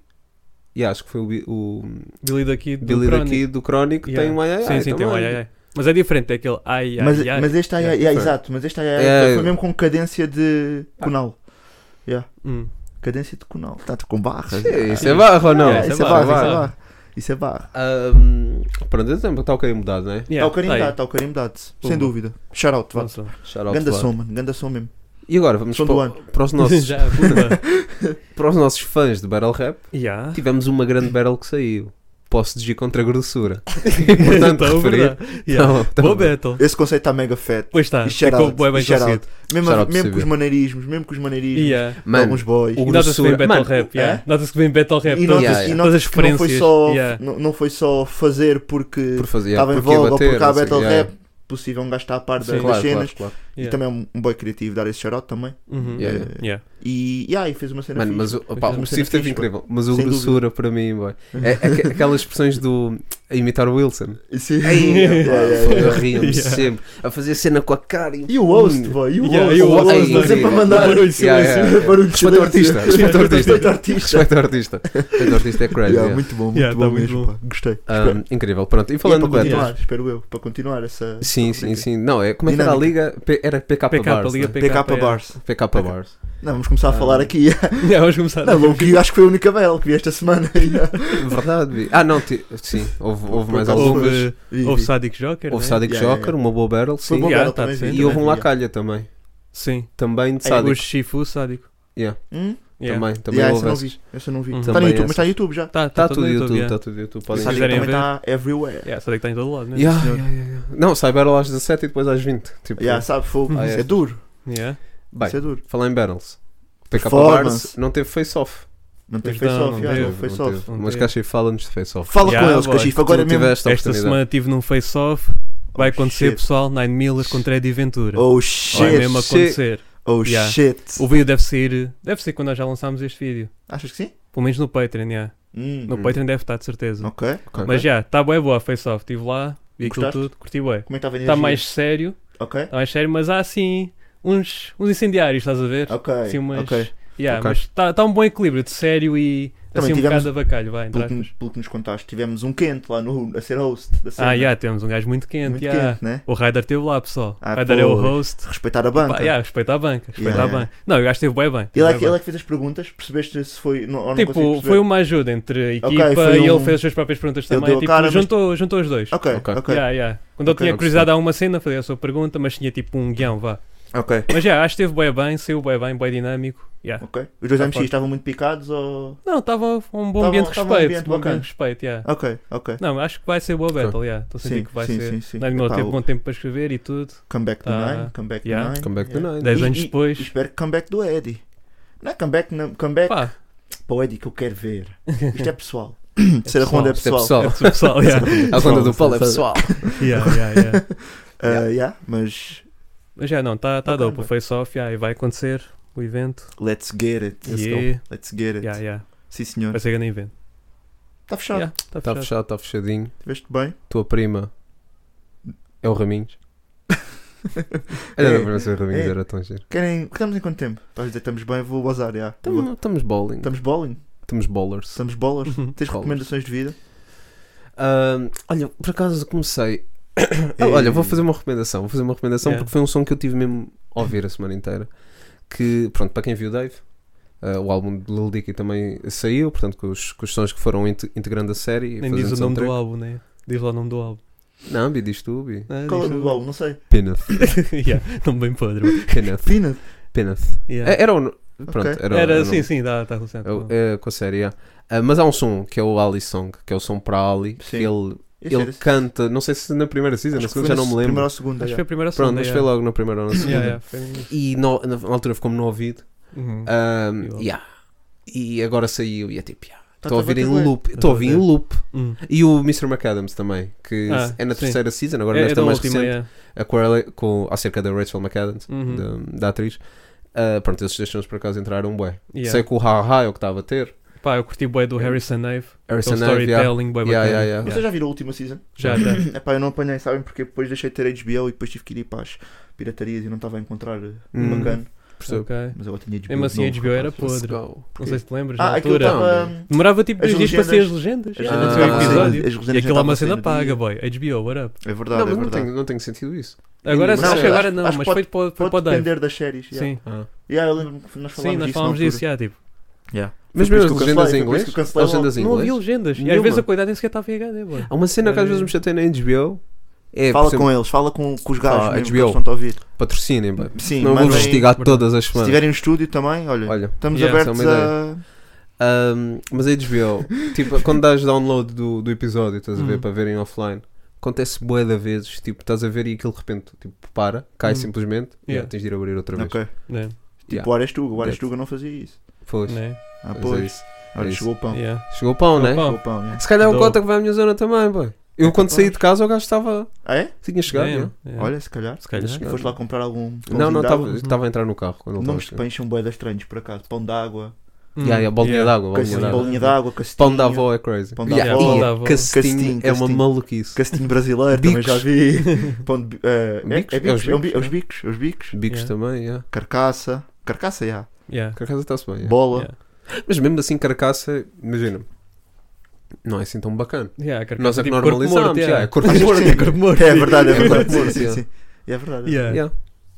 [SPEAKER 7] yeah, acho que foi o, Bi- o
[SPEAKER 8] Billy daqui do
[SPEAKER 7] Billy
[SPEAKER 8] Chronic.
[SPEAKER 7] daqui do Crónico,
[SPEAKER 8] Yeah.
[SPEAKER 7] tem um ai ai
[SPEAKER 8] Sim,
[SPEAKER 7] ai
[SPEAKER 8] sim, tem
[SPEAKER 7] também.
[SPEAKER 8] um ai ai ai. Mas é diferente, é aquele ai ai
[SPEAKER 6] Mas,
[SPEAKER 8] ai.
[SPEAKER 6] mas este ai, ai,
[SPEAKER 7] Yeah,
[SPEAKER 6] ai,
[SPEAKER 7] foi.
[SPEAKER 6] exato, mas este ai, ai,
[SPEAKER 7] É,
[SPEAKER 6] ai,
[SPEAKER 7] eu-
[SPEAKER 6] foi mesmo com cadência de Conal.
[SPEAKER 8] Hum.
[SPEAKER 6] Cadência de Conal. Está com barras.
[SPEAKER 7] Sim, Isso é barro ou não?
[SPEAKER 6] Yeah, Isso é barra, isso é barra. Isso é barra.
[SPEAKER 7] Ahm, pronto, então está ok mudado, não é?
[SPEAKER 6] Está
[SPEAKER 8] Yeah,
[SPEAKER 6] o carimbo
[SPEAKER 8] tá aí.
[SPEAKER 6] dado, está o carimbo dado.
[SPEAKER 8] Pumba.
[SPEAKER 6] Sem dúvida. Shout out, vá.
[SPEAKER 8] Vamos lá.
[SPEAKER 7] Shout out
[SPEAKER 6] Ganda
[SPEAKER 7] lá.
[SPEAKER 6] som, mano. Ganda som mesmo.
[SPEAKER 7] E agora vamos
[SPEAKER 6] Som
[SPEAKER 7] para,
[SPEAKER 6] do
[SPEAKER 7] para os nossos,
[SPEAKER 8] Já, pumba.
[SPEAKER 7] para os nossos fãs de Battle Rap.
[SPEAKER 8] Yeah.
[SPEAKER 7] Tivemos uma grande battle que saiu. Posso de contra a grossura.
[SPEAKER 6] É,
[SPEAKER 7] Importante
[SPEAKER 8] Então,
[SPEAKER 7] referir.
[SPEAKER 8] verdade. Yeah.
[SPEAKER 7] Então, então-
[SPEAKER 8] Boa battle.
[SPEAKER 6] Esse conceito está mega fat.
[SPEAKER 8] Pois está,
[SPEAKER 6] E shout
[SPEAKER 8] ficou
[SPEAKER 6] out.
[SPEAKER 8] bué bem
[SPEAKER 6] e shout out.
[SPEAKER 8] conseguido.
[SPEAKER 6] Mesmo,
[SPEAKER 7] Shout out
[SPEAKER 6] mesmo com os
[SPEAKER 7] possível.
[SPEAKER 6] maneirismos, mesmo com os maneirismos.
[SPEAKER 8] Yeah.
[SPEAKER 6] de
[SPEAKER 7] Mano,
[SPEAKER 6] alguns boys.
[SPEAKER 7] o
[SPEAKER 8] E Nota-se bem
[SPEAKER 7] grossura.
[SPEAKER 8] Battle
[SPEAKER 7] Mano,
[SPEAKER 8] Rap, yeah.
[SPEAKER 6] é?
[SPEAKER 8] nota-se que bem Battle Rap.
[SPEAKER 6] E
[SPEAKER 8] todas-
[SPEAKER 6] nota-se
[SPEAKER 7] Yeah, yeah.
[SPEAKER 6] e
[SPEAKER 8] Todas
[SPEAKER 6] nota-se
[SPEAKER 8] as
[SPEAKER 6] que não foi,
[SPEAKER 8] referências,
[SPEAKER 6] só,
[SPEAKER 8] yeah.
[SPEAKER 6] não, não foi só fazer porque
[SPEAKER 7] por fazer,
[SPEAKER 6] estava em
[SPEAKER 7] porque ia
[SPEAKER 6] voga ou
[SPEAKER 7] bater,
[SPEAKER 6] porque há
[SPEAKER 7] não sei,
[SPEAKER 6] battle
[SPEAKER 7] yeah.
[SPEAKER 6] rap, possível um gajo está a par da-
[SPEAKER 8] Sim.
[SPEAKER 6] das
[SPEAKER 7] Claro,
[SPEAKER 6] cenas.
[SPEAKER 7] claro, claro.
[SPEAKER 8] Yeah.
[SPEAKER 6] E também é um, um boy criativo dar esse shout também.
[SPEAKER 8] Uhum.
[SPEAKER 7] Yeah,
[SPEAKER 6] Eh,
[SPEAKER 8] Yeah.
[SPEAKER 6] E, e aí fez uma cena
[SPEAKER 7] Mano,
[SPEAKER 6] fixe.
[SPEAKER 7] mas é o- opá,
[SPEAKER 8] Uma
[SPEAKER 6] cena
[SPEAKER 7] o Steve teve
[SPEAKER 6] fixe,
[SPEAKER 7] incrível. Mas o
[SPEAKER 6] Sem
[SPEAKER 7] grossura para mim, boy. É, é que- aquelas expressões do a imitar o Wilson.
[SPEAKER 6] Sim.
[SPEAKER 7] Ei,
[SPEAKER 6] Yeah, yeah,
[SPEAKER 7] pá,
[SPEAKER 6] yeah.
[SPEAKER 7] Riam-me
[SPEAKER 8] Yeah.
[SPEAKER 7] sempre. A fazer cena com a cara.
[SPEAKER 6] E o host, boy, e o
[SPEAKER 8] Yeah,
[SPEAKER 6] host,
[SPEAKER 8] e o
[SPEAKER 6] o
[SPEAKER 8] host,
[SPEAKER 6] host,
[SPEAKER 8] mano.
[SPEAKER 6] sempre a mandar
[SPEAKER 8] Barulho de
[SPEAKER 7] Yeah,
[SPEAKER 8] silêncio.
[SPEAKER 7] yeah, yeah.
[SPEAKER 6] barulho de
[SPEAKER 7] Respeita o artista.
[SPEAKER 6] silêncio.
[SPEAKER 7] Respeita o artista.
[SPEAKER 6] Respeita o artista.
[SPEAKER 7] Respeita o artista. Respeita o artista é crazy.
[SPEAKER 6] Yeah,
[SPEAKER 7] yeah.
[SPEAKER 6] Muito bom, muito
[SPEAKER 8] Yeah, tá
[SPEAKER 6] bom
[SPEAKER 8] muito
[SPEAKER 6] mesmo,
[SPEAKER 8] bom.
[SPEAKER 6] pá. Gostei.
[SPEAKER 7] Ahm, Incrível. Pronto, e
[SPEAKER 6] E é para
[SPEAKER 7] falando do Battle.
[SPEAKER 6] continuar, espero eu, para continuar essa.
[SPEAKER 7] Sim,
[SPEAKER 6] essa
[SPEAKER 7] sim,
[SPEAKER 6] rubrica.
[SPEAKER 7] sim. Não, é, como é que era a liga? P- era PK,
[SPEAKER 8] PK,
[SPEAKER 7] Bars.
[SPEAKER 8] Liga
[SPEAKER 7] né?
[SPEAKER 8] PK.
[SPEAKER 6] PK
[SPEAKER 8] é.
[SPEAKER 6] Bars.
[SPEAKER 7] PK Bars.
[SPEAKER 6] Não, vamos começar a falar aqui.
[SPEAKER 8] Yeah, vamos começar.
[SPEAKER 6] Não, Low Key, eu acho que foi a única bela que vi esta semana. Yeah.
[SPEAKER 7] Verdade. vi. Ah, não, ti- sim, houve, houve mais
[SPEAKER 6] acaso
[SPEAKER 7] algumas.
[SPEAKER 8] Houve,
[SPEAKER 6] Vi,
[SPEAKER 8] houve
[SPEAKER 6] vi.
[SPEAKER 8] Sadic Joker,
[SPEAKER 7] Houve
[SPEAKER 8] né?
[SPEAKER 7] Sadic
[SPEAKER 6] Yeah,
[SPEAKER 7] Joker,
[SPEAKER 6] yeah.
[SPEAKER 7] uma boa battle,
[SPEAKER 6] Foi
[SPEAKER 7] sim.
[SPEAKER 6] bom
[SPEAKER 8] yeah,
[SPEAKER 6] bela
[SPEAKER 8] tá
[SPEAKER 6] também.
[SPEAKER 8] certo.
[SPEAKER 6] vi,
[SPEAKER 7] E houve um
[SPEAKER 6] também vi,
[SPEAKER 7] Lacalha também.
[SPEAKER 8] Sim.
[SPEAKER 7] Também
[SPEAKER 8] É,
[SPEAKER 7] de
[SPEAKER 8] o
[SPEAKER 7] Sadic.
[SPEAKER 8] Shifu Sádico.
[SPEAKER 6] Hum?
[SPEAKER 8] Yeah.
[SPEAKER 7] Também, também
[SPEAKER 6] Yeah, essa
[SPEAKER 7] houve
[SPEAKER 6] não
[SPEAKER 7] essa.
[SPEAKER 6] vi. Essa não vi.
[SPEAKER 8] Uhum.
[SPEAKER 6] Está no
[SPEAKER 7] Também
[SPEAKER 6] YouTube, mas
[SPEAKER 7] essa.
[SPEAKER 6] está no YouTube já.
[SPEAKER 8] Tá,
[SPEAKER 7] Está
[SPEAKER 8] tá
[SPEAKER 7] tudo no YouTube,
[SPEAKER 8] yeah.
[SPEAKER 7] está tudo no YouTube. Podem
[SPEAKER 6] Essa
[SPEAKER 8] Se
[SPEAKER 7] ver.
[SPEAKER 8] quiserem
[SPEAKER 6] também
[SPEAKER 8] ver.
[SPEAKER 6] está everywhere.
[SPEAKER 8] Yeah, Sádico está em todo lado, né?
[SPEAKER 7] Yeah,
[SPEAKER 8] Senhor.
[SPEAKER 7] yeah, yeah, yeah. Não, sai Battle às 17 e depois às 20. Tipo,
[SPEAKER 6] Yeah, sabe, fogo.
[SPEAKER 7] Ah,
[SPEAKER 6] Isso
[SPEAKER 7] é.
[SPEAKER 6] é duro.
[SPEAKER 8] Yeah.
[SPEAKER 7] Bem,
[SPEAKER 6] Isso é duro.
[SPEAKER 7] falar em Battles. PK Bars
[SPEAKER 6] Performance.
[SPEAKER 7] não teve face-off.
[SPEAKER 6] Não teve
[SPEAKER 8] Pois não,
[SPEAKER 6] face-off,
[SPEAKER 8] não
[SPEAKER 6] yeah,
[SPEAKER 8] teve,
[SPEAKER 6] não teve
[SPEAKER 7] Não teve.
[SPEAKER 6] face-off.
[SPEAKER 8] Não
[SPEAKER 7] Mas
[SPEAKER 8] teve.
[SPEAKER 7] Cachif, fala-nos de face-off.
[SPEAKER 6] Fala
[SPEAKER 8] Yeah,
[SPEAKER 6] com eles,
[SPEAKER 8] boy.
[SPEAKER 6] Cachifo,
[SPEAKER 7] Tu
[SPEAKER 6] agora mesmo.
[SPEAKER 7] tiveste a
[SPEAKER 8] Esta
[SPEAKER 7] oportunidade.
[SPEAKER 8] semana tive num face-off. Vai acontecer,
[SPEAKER 6] Oh, shit.
[SPEAKER 8] pessoal. Nine Miller contra Eddie Ventura.
[SPEAKER 6] Oh
[SPEAKER 8] Vai
[SPEAKER 6] shit,
[SPEAKER 8] mesmo
[SPEAKER 7] shit.
[SPEAKER 8] acontecer.
[SPEAKER 6] oh
[SPEAKER 8] Yeah.
[SPEAKER 6] shit.
[SPEAKER 8] O vídeo deve sair. Deve ser quando nós já lançámos este vídeo.
[SPEAKER 6] Achas que sim?
[SPEAKER 8] Pelo menos no Patreon, yeah.
[SPEAKER 6] Hum,
[SPEAKER 8] No
[SPEAKER 7] Hum.
[SPEAKER 8] Patreon deve estar, de certeza.
[SPEAKER 6] Ok.
[SPEAKER 7] Ok.
[SPEAKER 8] Mas já, está bué boa a face-off. Estive lá, vi aquilo
[SPEAKER 6] Gostaste?
[SPEAKER 8] tudo, curti bué.
[SPEAKER 6] Como é que estava a
[SPEAKER 8] Está Tá
[SPEAKER 6] energia?
[SPEAKER 8] mais sério,
[SPEAKER 6] Ok.
[SPEAKER 8] está mais sério, mas há assim uns, uns incendiários, estás a ver?
[SPEAKER 6] Ok.
[SPEAKER 8] Assim umas...
[SPEAKER 6] ok.
[SPEAKER 8] Yeah,
[SPEAKER 7] Ok.
[SPEAKER 8] Mas está um bom equilíbrio de sério e
[SPEAKER 6] Também
[SPEAKER 8] assim um bocado
[SPEAKER 6] tivemos-
[SPEAKER 8] de abacalho, vai, entre
[SPEAKER 6] Pelo que, nos-
[SPEAKER 8] aspas.
[SPEAKER 6] pelo que nos contaste, tivemos um quente lá no a ser host da cena.
[SPEAKER 8] Ah, já, temos um gajo muito quente,
[SPEAKER 6] Muito
[SPEAKER 8] yeah.
[SPEAKER 6] quente, né?
[SPEAKER 8] O Raider esteve lá, pessoal. O
[SPEAKER 6] Ah,
[SPEAKER 8] Raider é o
[SPEAKER 6] pois.
[SPEAKER 8] host.
[SPEAKER 6] Respeitar a banca.
[SPEAKER 8] Pá, yeah, respeita a banca, respeita
[SPEAKER 6] Yeah,
[SPEAKER 8] a banca. Não, o gajo esteve bem bem.
[SPEAKER 6] Ele é, que,
[SPEAKER 8] esteve
[SPEAKER 6] ele
[SPEAKER 8] bué
[SPEAKER 6] é que fez as perguntas, percebeste se foi. Não, ou não
[SPEAKER 8] bem. Tipo,
[SPEAKER 6] conseguiste
[SPEAKER 8] foi
[SPEAKER 6] perceber?
[SPEAKER 8] uma ajuda entre a
[SPEAKER 6] Ok,
[SPEAKER 8] equipa
[SPEAKER 6] foi
[SPEAKER 8] e ele
[SPEAKER 6] um-
[SPEAKER 8] fez as suas próprias perguntas
[SPEAKER 6] Ele
[SPEAKER 8] também.
[SPEAKER 6] deu a
[SPEAKER 8] Tipo,
[SPEAKER 6] cara, mas-
[SPEAKER 8] juntou, juntou os dois.
[SPEAKER 6] Ok,
[SPEAKER 7] Ok.
[SPEAKER 6] ok.
[SPEAKER 8] Yeah, yeah. Quando eu
[SPEAKER 6] Ok,
[SPEAKER 8] tinha
[SPEAKER 6] não
[SPEAKER 8] curiosidade a uma cena, fazia a sua pergunta, mas tinha tipo um guião, vá.
[SPEAKER 6] Ok.
[SPEAKER 8] Mas já, acho que esteve bem bem, saiu bem bem, bem dinâmico. Yeah.
[SPEAKER 6] Ok. Os dois
[SPEAKER 8] Tá
[SPEAKER 6] MCs
[SPEAKER 8] forte.
[SPEAKER 6] estavam muito picados ou.
[SPEAKER 8] Não, estava um bom
[SPEAKER 6] Tava-
[SPEAKER 8] ambiente de
[SPEAKER 6] tava
[SPEAKER 8] respeito.
[SPEAKER 6] um
[SPEAKER 8] Um
[SPEAKER 6] ambiente
[SPEAKER 8] ambiente,
[SPEAKER 6] bacana.
[SPEAKER 8] de respeito, yeah.
[SPEAKER 6] Ok, ok.
[SPEAKER 8] Não, acho que vai ser boa battle, yeah. Estou a sentir
[SPEAKER 6] Sim,
[SPEAKER 8] que vai
[SPEAKER 6] sim,
[SPEAKER 8] ser.
[SPEAKER 6] sim, sim.
[SPEAKER 8] Não, Não
[SPEAKER 6] Epá,
[SPEAKER 8] teve
[SPEAKER 6] o-
[SPEAKER 8] bom tempo para escrever e tudo.
[SPEAKER 6] Comeback do
[SPEAKER 8] Ah,
[SPEAKER 6] Nine, comeback do
[SPEAKER 8] yeah.
[SPEAKER 6] Nine.
[SPEAKER 7] Comeback do
[SPEAKER 6] yeah.
[SPEAKER 7] Nine.
[SPEAKER 8] Dez
[SPEAKER 6] E-
[SPEAKER 8] anos
[SPEAKER 6] e-
[SPEAKER 8] depois.
[SPEAKER 6] e espero que comeback do Eddie. Não é comeback, não, comeback
[SPEAKER 8] Pá,
[SPEAKER 6] para o Eddie que eu quero ver. Isto é pessoal. Oh, Terceira ronda é
[SPEAKER 7] Isto é
[SPEAKER 6] pessoal.
[SPEAKER 7] pessoal.
[SPEAKER 8] o pessoal, yeah.
[SPEAKER 7] A conta do Paulo é pessoal.
[SPEAKER 8] yeah, yeah, yeah.
[SPEAKER 6] Ah, yeah, mas
[SPEAKER 8] Mas já não, está tá
[SPEAKER 6] Ok,
[SPEAKER 8] dope.
[SPEAKER 6] bem.
[SPEAKER 8] Foi off, yeah, e vai acontecer o evento.
[SPEAKER 6] let's get it.
[SPEAKER 8] Yeah.
[SPEAKER 6] Let's get it.
[SPEAKER 8] Yeah, yeah.
[SPEAKER 6] Sim senhor.
[SPEAKER 8] Vai ser grande evento.
[SPEAKER 6] Está fechado.
[SPEAKER 8] Yeah, tá
[SPEAKER 7] Está
[SPEAKER 8] fechado.
[SPEAKER 7] fechado, está fechadinho.
[SPEAKER 6] Estiveste bem?
[SPEAKER 7] Tua prima é o Raminhos. Era assim.
[SPEAKER 6] É,
[SPEAKER 7] não para ser o Raminhos,
[SPEAKER 6] é.
[SPEAKER 7] era tão giro.
[SPEAKER 6] Querem. Estamos em quanto tempo? Vais dizer estamos bem, vou bazar, já.
[SPEAKER 7] Tamo- Estamos bowling,
[SPEAKER 6] Estamos bowling?
[SPEAKER 7] estamos bowlers.
[SPEAKER 6] Estamos bowlers?
[SPEAKER 8] Uhum.
[SPEAKER 6] Tens
[SPEAKER 7] Bowlers.
[SPEAKER 6] recomendações de vida?
[SPEAKER 7] Ahm, olha, por acaso comecei. Ah, olha, vou fazer uma recomendação. Vou fazer uma recomendação
[SPEAKER 8] Yeah.
[SPEAKER 7] porque foi um som que eu tive mesmo a ouvir a semana inteira. Que, pronto, para quem viu o Dave, ah, o álbum de Lil Dicky também saiu. Portanto, com os, com os sons que foram inte- integrando a série.
[SPEAKER 8] Nem diz
[SPEAKER 7] fazendo
[SPEAKER 8] o nome do
[SPEAKER 7] soundtrack.
[SPEAKER 8] álbum, né? Diz lá o nome do álbum.
[SPEAKER 7] Não, Bi, diz tu, Bi.
[SPEAKER 8] Ah,
[SPEAKER 6] Qual é o
[SPEAKER 8] diz
[SPEAKER 6] nome do álbum? Não sei.
[SPEAKER 7] Pinuth.
[SPEAKER 8] yeah, nome bem podre. mas-
[SPEAKER 7] Pinuth.
[SPEAKER 6] Peanut.
[SPEAKER 7] Pinuth.
[SPEAKER 8] Yeah.
[SPEAKER 7] É- Era o. no- É, Pronto,
[SPEAKER 6] Ok.
[SPEAKER 7] era,
[SPEAKER 8] Era,
[SPEAKER 7] era o
[SPEAKER 8] sim,
[SPEAKER 7] nome.
[SPEAKER 8] sim, dá, tá relacionado.
[SPEAKER 7] Eu-
[SPEAKER 8] com-
[SPEAKER 7] é, com a série, é. Ah, mas há um som que é o Ali Song, que é o som para Ali. que
[SPEAKER 6] Sim.
[SPEAKER 7] ele
[SPEAKER 6] Esse
[SPEAKER 7] ele
[SPEAKER 6] era-
[SPEAKER 7] canta, não sei se na primeira season,
[SPEAKER 6] acho
[SPEAKER 7] na
[SPEAKER 6] que foi
[SPEAKER 7] segunda já
[SPEAKER 6] na
[SPEAKER 7] não me lembro.
[SPEAKER 6] Primeira ou segunda.
[SPEAKER 8] Acho que
[SPEAKER 6] já.
[SPEAKER 8] foi a primeira ou
[SPEAKER 7] Pronto, mas foi
[SPEAKER 8] yeah.
[SPEAKER 7] logo na primeira ou na segunda.
[SPEAKER 8] Yeah, yeah, foi no início.
[SPEAKER 7] assim. E no- na altura ficou-me no ouvido.
[SPEAKER 8] Uhum.
[SPEAKER 7] Ahm,
[SPEAKER 8] Igual.
[SPEAKER 7] yeah. E agora saiu e é tipo, yeah,
[SPEAKER 6] Tá-te
[SPEAKER 7] Estou a ouvir em
[SPEAKER 6] bater bué.
[SPEAKER 7] loop. Estou a ouvir em
[SPEAKER 8] bater.
[SPEAKER 7] loop.
[SPEAKER 8] Hum.
[SPEAKER 7] E o Mr. McAdams também, que
[SPEAKER 8] Ah,
[SPEAKER 7] é na
[SPEAKER 8] sim.
[SPEAKER 7] terceira season, agora
[SPEAKER 8] É, é
[SPEAKER 7] nesta
[SPEAKER 8] da
[SPEAKER 7] mais
[SPEAKER 8] última,
[SPEAKER 7] recente,
[SPEAKER 8] é.
[SPEAKER 7] aquarela com, acerca da Rachel McAdams,
[SPEAKER 8] Uhum.
[SPEAKER 7] da, da atriz. Ah, pronto, esses dois filmes por acaso entraram bué.
[SPEAKER 8] Yeah.
[SPEAKER 7] Sei que o Ha Ha é o que estava a ter.
[SPEAKER 8] Pá, eu curti bué do Harrison Nave.
[SPEAKER 7] Harrison
[SPEAKER 8] Harrison
[SPEAKER 7] Nave,
[SPEAKER 8] storytelling, bué
[SPEAKER 7] Yeah,
[SPEAKER 8] bacana.
[SPEAKER 7] yeah, yeah.
[SPEAKER 6] Vocês já viram a última season?
[SPEAKER 8] É. Já, já.
[SPEAKER 6] Epá, eu não apanhei, sabem? Porque depois deixei de ter HBO e depois tive que ir para as piratarias e não estava a encontrar eh,
[SPEAKER 7] Hum.
[SPEAKER 6] bacana.
[SPEAKER 7] Percebo. Tipo,
[SPEAKER 8] Ok.
[SPEAKER 6] Mas agora tinha HBO.
[SPEAKER 8] Mesmo assim,
[SPEAKER 6] de
[SPEAKER 8] a
[SPEAKER 6] novo,
[SPEAKER 8] HBO era
[SPEAKER 6] rapaz.
[SPEAKER 7] Let's
[SPEAKER 8] podre.
[SPEAKER 7] go.
[SPEAKER 8] Não sei se te lembras,
[SPEAKER 6] Ah,
[SPEAKER 8] na
[SPEAKER 6] aquilo
[SPEAKER 8] altura.
[SPEAKER 6] estava.
[SPEAKER 8] Demorava tipo
[SPEAKER 6] As
[SPEAKER 8] dois dias para sair as
[SPEAKER 6] legendas-
[SPEAKER 8] legendas.
[SPEAKER 6] as
[SPEAKER 8] Ah,
[SPEAKER 6] legendas
[SPEAKER 8] foi o
[SPEAKER 6] estavam a sair-
[SPEAKER 8] episódio.
[SPEAKER 6] as legendas
[SPEAKER 8] E
[SPEAKER 6] já
[SPEAKER 8] aquilo é
[SPEAKER 6] estavam a
[SPEAKER 8] uma
[SPEAKER 6] sair
[SPEAKER 8] cena
[SPEAKER 6] do
[SPEAKER 8] paga,
[SPEAKER 6] dia.
[SPEAKER 8] boy. HBO, what up?
[SPEAKER 6] É verdade,
[SPEAKER 7] Não,
[SPEAKER 6] é
[SPEAKER 7] mas não
[SPEAKER 6] verdade.
[SPEAKER 7] tem, não tem sentido isso.
[SPEAKER 8] Agora,
[SPEAKER 6] Não,
[SPEAKER 8] acho que
[SPEAKER 6] acho-
[SPEAKER 8] agora não,
[SPEAKER 6] acho que
[SPEAKER 8] mas
[SPEAKER 6] pode-
[SPEAKER 8] foi para, foi
[SPEAKER 6] Pode
[SPEAKER 8] para o Dave.
[SPEAKER 6] depender das séries. Yeah.
[SPEAKER 8] Sim,
[SPEAKER 6] Yeah, eu lembro-me que nós falámos
[SPEAKER 8] sim nós falámos
[SPEAKER 6] disso. na altura.
[SPEAKER 8] disso, já, tipo.
[SPEAKER 6] Yeah. Foi por isso
[SPEAKER 7] Mas mesmo as
[SPEAKER 6] que eu
[SPEAKER 7] legendas em
[SPEAKER 6] cancelei, foi por
[SPEAKER 7] inglês?
[SPEAKER 6] isso que eu
[SPEAKER 7] As
[SPEAKER 6] cancelei
[SPEAKER 7] legendas em
[SPEAKER 8] Não havia
[SPEAKER 7] inglés?
[SPEAKER 8] legendas. E às
[SPEAKER 6] Nenhuma.
[SPEAKER 8] vezes a qualidade nem sequer estava em HD, boy.
[SPEAKER 7] Há uma cena que às vezes me chateia na HBO. É, por
[SPEAKER 6] Fala
[SPEAKER 7] exemplo,
[SPEAKER 6] com eles, fala com, com os gajos
[SPEAKER 7] Ah,
[SPEAKER 6] mesmo, que
[SPEAKER 7] HBO.
[SPEAKER 6] eles estão a ouvir.
[SPEAKER 7] patrocinem, pá.
[SPEAKER 6] Sim,
[SPEAKER 7] não vamos
[SPEAKER 6] mandem-
[SPEAKER 7] investigar
[SPEAKER 8] é Verdade.
[SPEAKER 7] todas as
[SPEAKER 6] Se
[SPEAKER 7] semanas.
[SPEAKER 6] tiverem um estúdio também, olha,
[SPEAKER 7] Olha,
[SPEAKER 6] estamos
[SPEAKER 8] Yeah,
[SPEAKER 6] abertos
[SPEAKER 7] essa é
[SPEAKER 6] a.
[SPEAKER 7] ahm, mas a HBO, tipo, quando dás download do, do episódio, estás a ver,
[SPEAKER 8] Hum.
[SPEAKER 7] para verem offline, acontece bué de vezes, tipo, estás a ver e aquilo de repente, tipo, para, cai
[SPEAKER 8] Hum.
[SPEAKER 7] simplesmente e
[SPEAKER 8] Yeah.
[SPEAKER 7] ah, tens de ir abrir outra vez.
[SPEAKER 6] Ok.
[SPEAKER 8] Né?
[SPEAKER 6] Tipo
[SPEAKER 7] Yeah.
[SPEAKER 6] o Arestuga, o
[SPEAKER 7] That's-
[SPEAKER 6] Arestuga não fazia isso.
[SPEAKER 7] Pois,
[SPEAKER 8] Né?
[SPEAKER 6] Ah,
[SPEAKER 7] pois é
[SPEAKER 6] pois.
[SPEAKER 7] isso.
[SPEAKER 6] Olha,
[SPEAKER 7] é
[SPEAKER 6] chegou o pão.
[SPEAKER 8] Yeah.
[SPEAKER 7] Chegou o pão, né?
[SPEAKER 8] Chegou o pão.
[SPEAKER 6] Chegou o pão, yeah.
[SPEAKER 7] Se calhar é o
[SPEAKER 8] Dou.
[SPEAKER 7] cota que vai à minha zona também, pá.
[SPEAKER 8] É
[SPEAKER 7] Eu quando saí de casa o gajo estava.
[SPEAKER 6] Ah, é?
[SPEAKER 7] Tinha chegado,
[SPEAKER 8] Damn,
[SPEAKER 7] yeah.
[SPEAKER 8] yeah.
[SPEAKER 6] Olha, se calhar.
[SPEAKER 8] Se calhar.
[SPEAKER 7] Chegado.
[SPEAKER 6] Foste lá comprar algum.
[SPEAKER 7] Não, não, estava-
[SPEAKER 6] Não
[SPEAKER 7] estava a entrar no carro quando ele
[SPEAKER 6] Nomes de
[SPEAKER 7] estava. a chegar.
[SPEAKER 6] pães são boedas estranhos, por acaso. Pão d'água,
[SPEAKER 8] Hum,
[SPEAKER 7] Yeah, yeah, bolinha
[SPEAKER 8] yeah.
[SPEAKER 7] d'água, bolinha
[SPEAKER 6] castinho-
[SPEAKER 7] d'água.
[SPEAKER 6] bolinha d'água,
[SPEAKER 7] Pão
[SPEAKER 6] castinho.
[SPEAKER 7] da avó é crazy.
[SPEAKER 6] Pão da
[SPEAKER 7] Yeah,
[SPEAKER 6] avó.
[SPEAKER 7] e
[SPEAKER 8] Pão da avó.
[SPEAKER 7] Castinho
[SPEAKER 6] Castinho,
[SPEAKER 7] é uma
[SPEAKER 6] castinho.
[SPEAKER 7] maluquice.
[SPEAKER 6] Castinho brasileiro, também
[SPEAKER 7] Bicos.
[SPEAKER 6] já vi. Pão de. bi- eh, é-
[SPEAKER 7] Bicos?
[SPEAKER 6] é
[SPEAKER 7] É os
[SPEAKER 6] bicos, é um bi-
[SPEAKER 7] bicos,
[SPEAKER 6] é os bicos, é os bicos.
[SPEAKER 7] Bicos
[SPEAKER 8] Yeah.
[SPEAKER 7] também, yeah.
[SPEAKER 6] Carcaça. Carcaça, já.
[SPEAKER 8] Yeah.
[SPEAKER 7] Carcaça está-se bem. yeah.
[SPEAKER 6] Bola.
[SPEAKER 8] Yeah.
[SPEAKER 7] Mas mesmo assim, carcaça, imagina, não é assim tão bacana.
[SPEAKER 8] Yeah, carcaça,
[SPEAKER 7] Nós é que
[SPEAKER 8] tipo, corpo
[SPEAKER 7] normalizamos.
[SPEAKER 8] morto,
[SPEAKER 7] yeah, é
[SPEAKER 8] yeah.
[SPEAKER 7] corpo
[SPEAKER 6] Acho que
[SPEAKER 7] morto.
[SPEAKER 6] sim.
[SPEAKER 8] corpo morto.
[SPEAKER 6] É verdade, é verdade. sim,
[SPEAKER 7] Sim, sim.
[SPEAKER 6] sim. É verdade.
[SPEAKER 8] Yeah.
[SPEAKER 7] Yeah.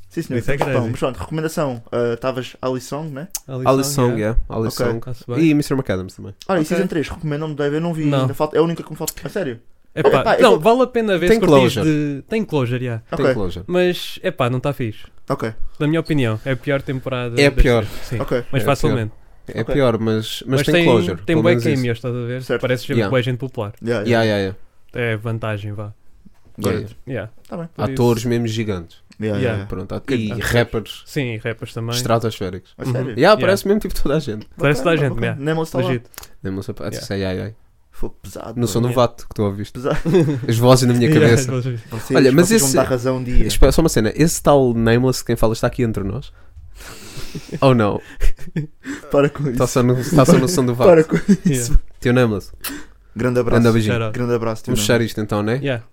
[SPEAKER 6] Sim, senhor.
[SPEAKER 8] Isso é
[SPEAKER 6] Pão,
[SPEAKER 8] crazy.
[SPEAKER 6] mas pronto, recomendação. ah, Estavas à lição, né?
[SPEAKER 7] Alice Song, yeah. Alice
[SPEAKER 6] Ok.
[SPEAKER 7] Song.
[SPEAKER 8] Está-se
[SPEAKER 7] E
[SPEAKER 8] bem.
[SPEAKER 7] Mr. McAdams também.
[SPEAKER 6] Olha, e
[SPEAKER 8] Ok.
[SPEAKER 6] Season 3, recomendam-me, Dave, eu não vi
[SPEAKER 8] Não.
[SPEAKER 6] ainda. Falta, é a única que me falta. A sério?
[SPEAKER 8] Epá,
[SPEAKER 6] Epá, eu
[SPEAKER 8] não,
[SPEAKER 6] vou-
[SPEAKER 8] vale a pena ver
[SPEAKER 7] Tem
[SPEAKER 8] se curtis
[SPEAKER 7] closure.
[SPEAKER 8] de... Tem closure, yeah.
[SPEAKER 7] Tem
[SPEAKER 6] Ok,
[SPEAKER 7] closure.
[SPEAKER 8] Mas, epá, não está fixe.
[SPEAKER 6] ok,
[SPEAKER 8] Na minha opinião, é a pior temporada.
[SPEAKER 7] É a
[SPEAKER 8] das
[SPEAKER 7] pior.
[SPEAKER 8] três. Sim.
[SPEAKER 6] ok.
[SPEAKER 8] Mas
[SPEAKER 7] É a
[SPEAKER 8] facilmente.
[SPEAKER 7] É
[SPEAKER 6] Ok.
[SPEAKER 7] pior, mas, mas, tem, closure.
[SPEAKER 8] Tem
[SPEAKER 7] pelo
[SPEAKER 8] bué
[SPEAKER 7] menos isso.
[SPEAKER 8] cameos, estás a ver?
[SPEAKER 6] Certo.
[SPEAKER 8] Parece ser
[SPEAKER 7] Yeah.
[SPEAKER 8] bué gente popular.
[SPEAKER 6] Yeah,
[SPEAKER 7] Yeah, yeah, yeah.
[SPEAKER 8] É vantagem, vá.
[SPEAKER 7] Yeah,
[SPEAKER 6] Got it.
[SPEAKER 8] Yeah.
[SPEAKER 6] Tá bem.
[SPEAKER 8] Por isso-
[SPEAKER 7] Atores mesmo gigantes.
[SPEAKER 6] Yeah,
[SPEAKER 8] Yeah.
[SPEAKER 6] yeah, yeah.
[SPEAKER 7] Pronto, at-
[SPEAKER 6] Que-
[SPEAKER 7] e rappers
[SPEAKER 8] Sim, e rappers também.
[SPEAKER 7] estratosféricos.
[SPEAKER 6] A sério?
[SPEAKER 7] Uhum. Yeah, parece mesmo tipo toda a gente. É,
[SPEAKER 8] Parece toda a gente, yeah.
[SPEAKER 6] Nem está lá.
[SPEAKER 8] Legit.
[SPEAKER 7] Lembra-me só-
[SPEAKER 8] Yeah.
[SPEAKER 7] Ai, ai, ai.
[SPEAKER 6] Foi pesado.
[SPEAKER 7] No som do
[SPEAKER 8] Yeah.
[SPEAKER 7] vato que tu ouviste.
[SPEAKER 6] Pesado.
[SPEAKER 7] As vozes na minha
[SPEAKER 8] Yeah,
[SPEAKER 7] cabeça.
[SPEAKER 8] legit.
[SPEAKER 6] Vocês,
[SPEAKER 7] Olha, mas
[SPEAKER 6] vocês
[SPEAKER 7] esse-
[SPEAKER 6] vão dar razão um dia.
[SPEAKER 7] Espera só uma cena. Esse tal Nameless de quem fala está aqui entre nós? Ou não?
[SPEAKER 6] Para com
[SPEAKER 7] Está
[SPEAKER 6] isso.
[SPEAKER 7] só, no, está só no som do
[SPEAKER 6] Para
[SPEAKER 7] vato.
[SPEAKER 6] com
[SPEAKER 8] Yeah.
[SPEAKER 7] Teu Nameless.
[SPEAKER 6] Grande abraço.
[SPEAKER 7] Anda beijinho.
[SPEAKER 8] Shout out.
[SPEAKER 6] Grande abraço. tio
[SPEAKER 7] Vamos
[SPEAKER 6] Nuno.
[SPEAKER 7] fechar isto então, não é?
[SPEAKER 8] Yeah.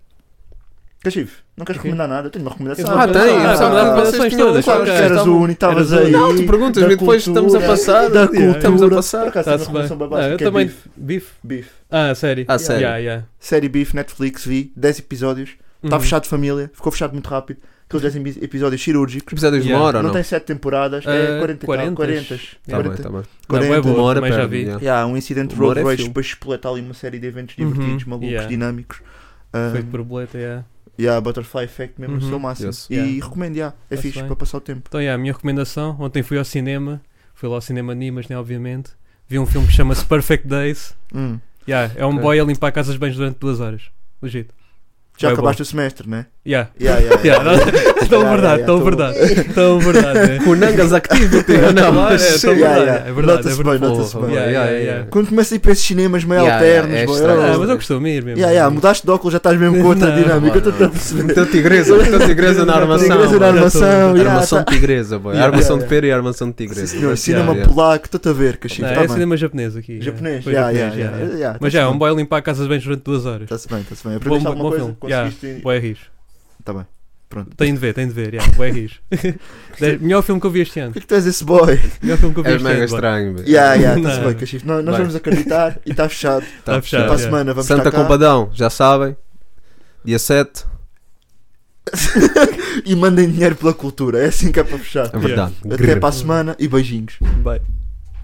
[SPEAKER 6] Cachivo, não queres recomendar nada? Eu tenho é uma recomendação.
[SPEAKER 7] Ah, tem.
[SPEAKER 8] Ah,
[SPEAKER 7] Estava
[SPEAKER 8] ah,
[SPEAKER 7] a dar
[SPEAKER 8] ah,
[SPEAKER 7] vocês tinham
[SPEAKER 8] ah,
[SPEAKER 7] deixado.
[SPEAKER 6] Sabes que
[SPEAKER 8] ok.
[SPEAKER 6] eras o único, estavas
[SPEAKER 8] Eras o-
[SPEAKER 6] aí.
[SPEAKER 7] Não, tu perguntas,
[SPEAKER 6] da
[SPEAKER 7] mas depois estamos a
[SPEAKER 6] cultura,
[SPEAKER 7] passar.
[SPEAKER 6] Da
[SPEAKER 7] Yeah.
[SPEAKER 6] cultura.
[SPEAKER 7] Estamos a passar.
[SPEAKER 6] Por acaso, tenho
[SPEAKER 8] Está-se
[SPEAKER 6] uma
[SPEAKER 8] bem.
[SPEAKER 6] recomendação
[SPEAKER 8] Ah,
[SPEAKER 6] babástica,
[SPEAKER 8] eu
[SPEAKER 6] que é
[SPEAKER 8] também.
[SPEAKER 6] Beef.
[SPEAKER 8] Beef?
[SPEAKER 6] Beef.
[SPEAKER 8] Ah, sério.
[SPEAKER 7] Ah, sério?
[SPEAKER 8] Yeah, yeah.
[SPEAKER 6] Série Beef, Netflix, vi 10 episódios. Está
[SPEAKER 7] Tá
[SPEAKER 8] Uhum.
[SPEAKER 6] fechado de família, ficou fechado muito rápido. Aqueles 10 epi- episódios cirúrgicos.
[SPEAKER 7] Episódios de uma
[SPEAKER 8] Yeah.
[SPEAKER 7] hora ou
[SPEAKER 6] não,
[SPEAKER 7] não? Eh,
[SPEAKER 6] tem 7 temporadas, é
[SPEAKER 8] Ah,
[SPEAKER 6] 40
[SPEAKER 8] 40.
[SPEAKER 6] 40.
[SPEAKER 7] Tá bem, tá bem.
[SPEAKER 8] Não, é
[SPEAKER 6] 40.
[SPEAKER 8] boa.
[SPEAKER 7] Uma hora
[SPEAKER 8] também já
[SPEAKER 7] perde,
[SPEAKER 8] vi.
[SPEAKER 7] yeah.
[SPEAKER 6] Yeah, um incidente de
[SPEAKER 7] Humor
[SPEAKER 6] road
[SPEAKER 7] é
[SPEAKER 6] rage,
[SPEAKER 7] filme.
[SPEAKER 6] depois espoleta ali uma série de eventos
[SPEAKER 8] Uhum,
[SPEAKER 6] divertidos, malucos,
[SPEAKER 8] yeah.
[SPEAKER 6] dinâmicos. Ah,
[SPEAKER 8] Foi de borboleta, yeah.
[SPEAKER 6] yeah, Butterfly Effect mesmo no
[SPEAKER 8] Uhum.
[SPEAKER 6] seu máximo.
[SPEAKER 7] Yes.
[SPEAKER 6] E
[SPEAKER 8] Yeah.
[SPEAKER 6] recomendo, yeah, é
[SPEAKER 8] Tá-se
[SPEAKER 6] fixe
[SPEAKER 8] bem.
[SPEAKER 6] para passar o tempo.
[SPEAKER 8] Então, yeah, a minha recomendação. Ontem fui ao cinema. Fui lá ao cinema Nimas, né, obviamente. Vi um filme que chama-se Perfect Days.
[SPEAKER 6] Hum.
[SPEAKER 8] Yeah, é um
[SPEAKER 7] Ok.
[SPEAKER 8] boy a limpar casas de banhos durante duas horas. Legit.
[SPEAKER 6] Já
[SPEAKER 8] Vai
[SPEAKER 6] acabaste o semestre, né?
[SPEAKER 8] Yeah.
[SPEAKER 6] Yeah, yeah,
[SPEAKER 8] Yeah,
[SPEAKER 6] yeah.
[SPEAKER 8] não- é tão
[SPEAKER 6] Yeah,
[SPEAKER 8] verdade,
[SPEAKER 6] yeah,
[SPEAKER 8] tão
[SPEAKER 6] tão-
[SPEAKER 8] verdade. Tão verdade, né?
[SPEAKER 7] Cunangas ativo, tio. Não,
[SPEAKER 8] Claro, é,
[SPEAKER 7] mas-
[SPEAKER 8] tão
[SPEAKER 6] yeah,
[SPEAKER 8] verdade,
[SPEAKER 6] yeah.
[SPEAKER 8] é verdade. É
[SPEAKER 6] Nota-se
[SPEAKER 8] verdade.
[SPEAKER 6] bem, nota-se
[SPEAKER 7] Porra,
[SPEAKER 6] bem.
[SPEAKER 7] yeah, yeah,
[SPEAKER 8] Yeah,
[SPEAKER 7] yeah.
[SPEAKER 6] Quando começa a ir para esses cinemas meio
[SPEAKER 7] Yeah, yeah,
[SPEAKER 6] alternos,
[SPEAKER 7] é
[SPEAKER 6] boy,
[SPEAKER 7] estranho.
[SPEAKER 6] oh.
[SPEAKER 8] Ah, mas eu costumo ir mesmo.
[SPEAKER 6] Yeah, yeah, mudaste de óculos, já estás mesmo com outra
[SPEAKER 8] Não,
[SPEAKER 6] dinâmica,
[SPEAKER 7] mano.
[SPEAKER 6] estou a perceber.
[SPEAKER 7] Então tigresa, então tigresa na armação.
[SPEAKER 6] Tigresa na
[SPEAKER 7] mano.
[SPEAKER 6] armação, yeah,
[SPEAKER 7] Armação
[SPEAKER 6] tá-
[SPEAKER 7] de tigresa, boy.
[SPEAKER 6] Yeah,
[SPEAKER 7] Armação
[SPEAKER 6] yeah,
[SPEAKER 7] de pera e armação de tigresa.
[SPEAKER 6] Sim, senhor, cinema
[SPEAKER 7] Yeah, yeah.
[SPEAKER 6] polaco, estou-te a ver, Cachivo.
[SPEAKER 8] Não,
[SPEAKER 6] Tá
[SPEAKER 8] é
[SPEAKER 6] bem.
[SPEAKER 8] cinema japonês aqui.
[SPEAKER 6] Japonês,
[SPEAKER 8] Foi
[SPEAKER 6] yeah,
[SPEAKER 8] japonês,
[SPEAKER 6] yeah, yeah,
[SPEAKER 8] yeah.
[SPEAKER 6] yeah,
[SPEAKER 8] Mas
[SPEAKER 6] tá-se
[SPEAKER 8] já, é
[SPEAKER 6] bem.
[SPEAKER 8] um boy a limpar casas de banhos durante duas horas.
[SPEAKER 6] Está-se bem, está-se bem.
[SPEAKER 8] Bom,
[SPEAKER 6] Aprendeste alguma
[SPEAKER 8] bom
[SPEAKER 6] coisa?
[SPEAKER 8] filme. Yeah,
[SPEAKER 6] Conseguiste.
[SPEAKER 8] Boy rijo.
[SPEAKER 6] Está Tá bem, pronto.
[SPEAKER 8] Tem de ver, tem de ver. Yeah, boy rijo. Dez- Melhor filme que eu vi este ano.
[SPEAKER 6] Por que tu és esse boy?
[SPEAKER 8] Melhor filme que eu vi
[SPEAKER 7] É
[SPEAKER 8] este ano.
[SPEAKER 7] mega
[SPEAKER 8] boy.
[SPEAKER 7] estranho, boy.
[SPEAKER 6] Yeah, yeah, está-se
[SPEAKER 8] Não.
[SPEAKER 6] bem, Cachivo. Nós nós
[SPEAKER 7] Bem.
[SPEAKER 6] vamos acreditar e está fechado.
[SPEAKER 7] Tá
[SPEAKER 8] Tá
[SPEAKER 6] Para
[SPEAKER 8] fechado.
[SPEAKER 6] a
[SPEAKER 8] yeah.
[SPEAKER 6] semana vamos
[SPEAKER 7] Santa
[SPEAKER 6] estar cá. tá?
[SPEAKER 7] Compadão, já sabem. Dia 7,
[SPEAKER 6] E mandem dinheiro pela cultura. É assim que é para fechar.
[SPEAKER 7] é verdade.
[SPEAKER 6] Até para a semana e beijinhos.
[SPEAKER 8] Bye.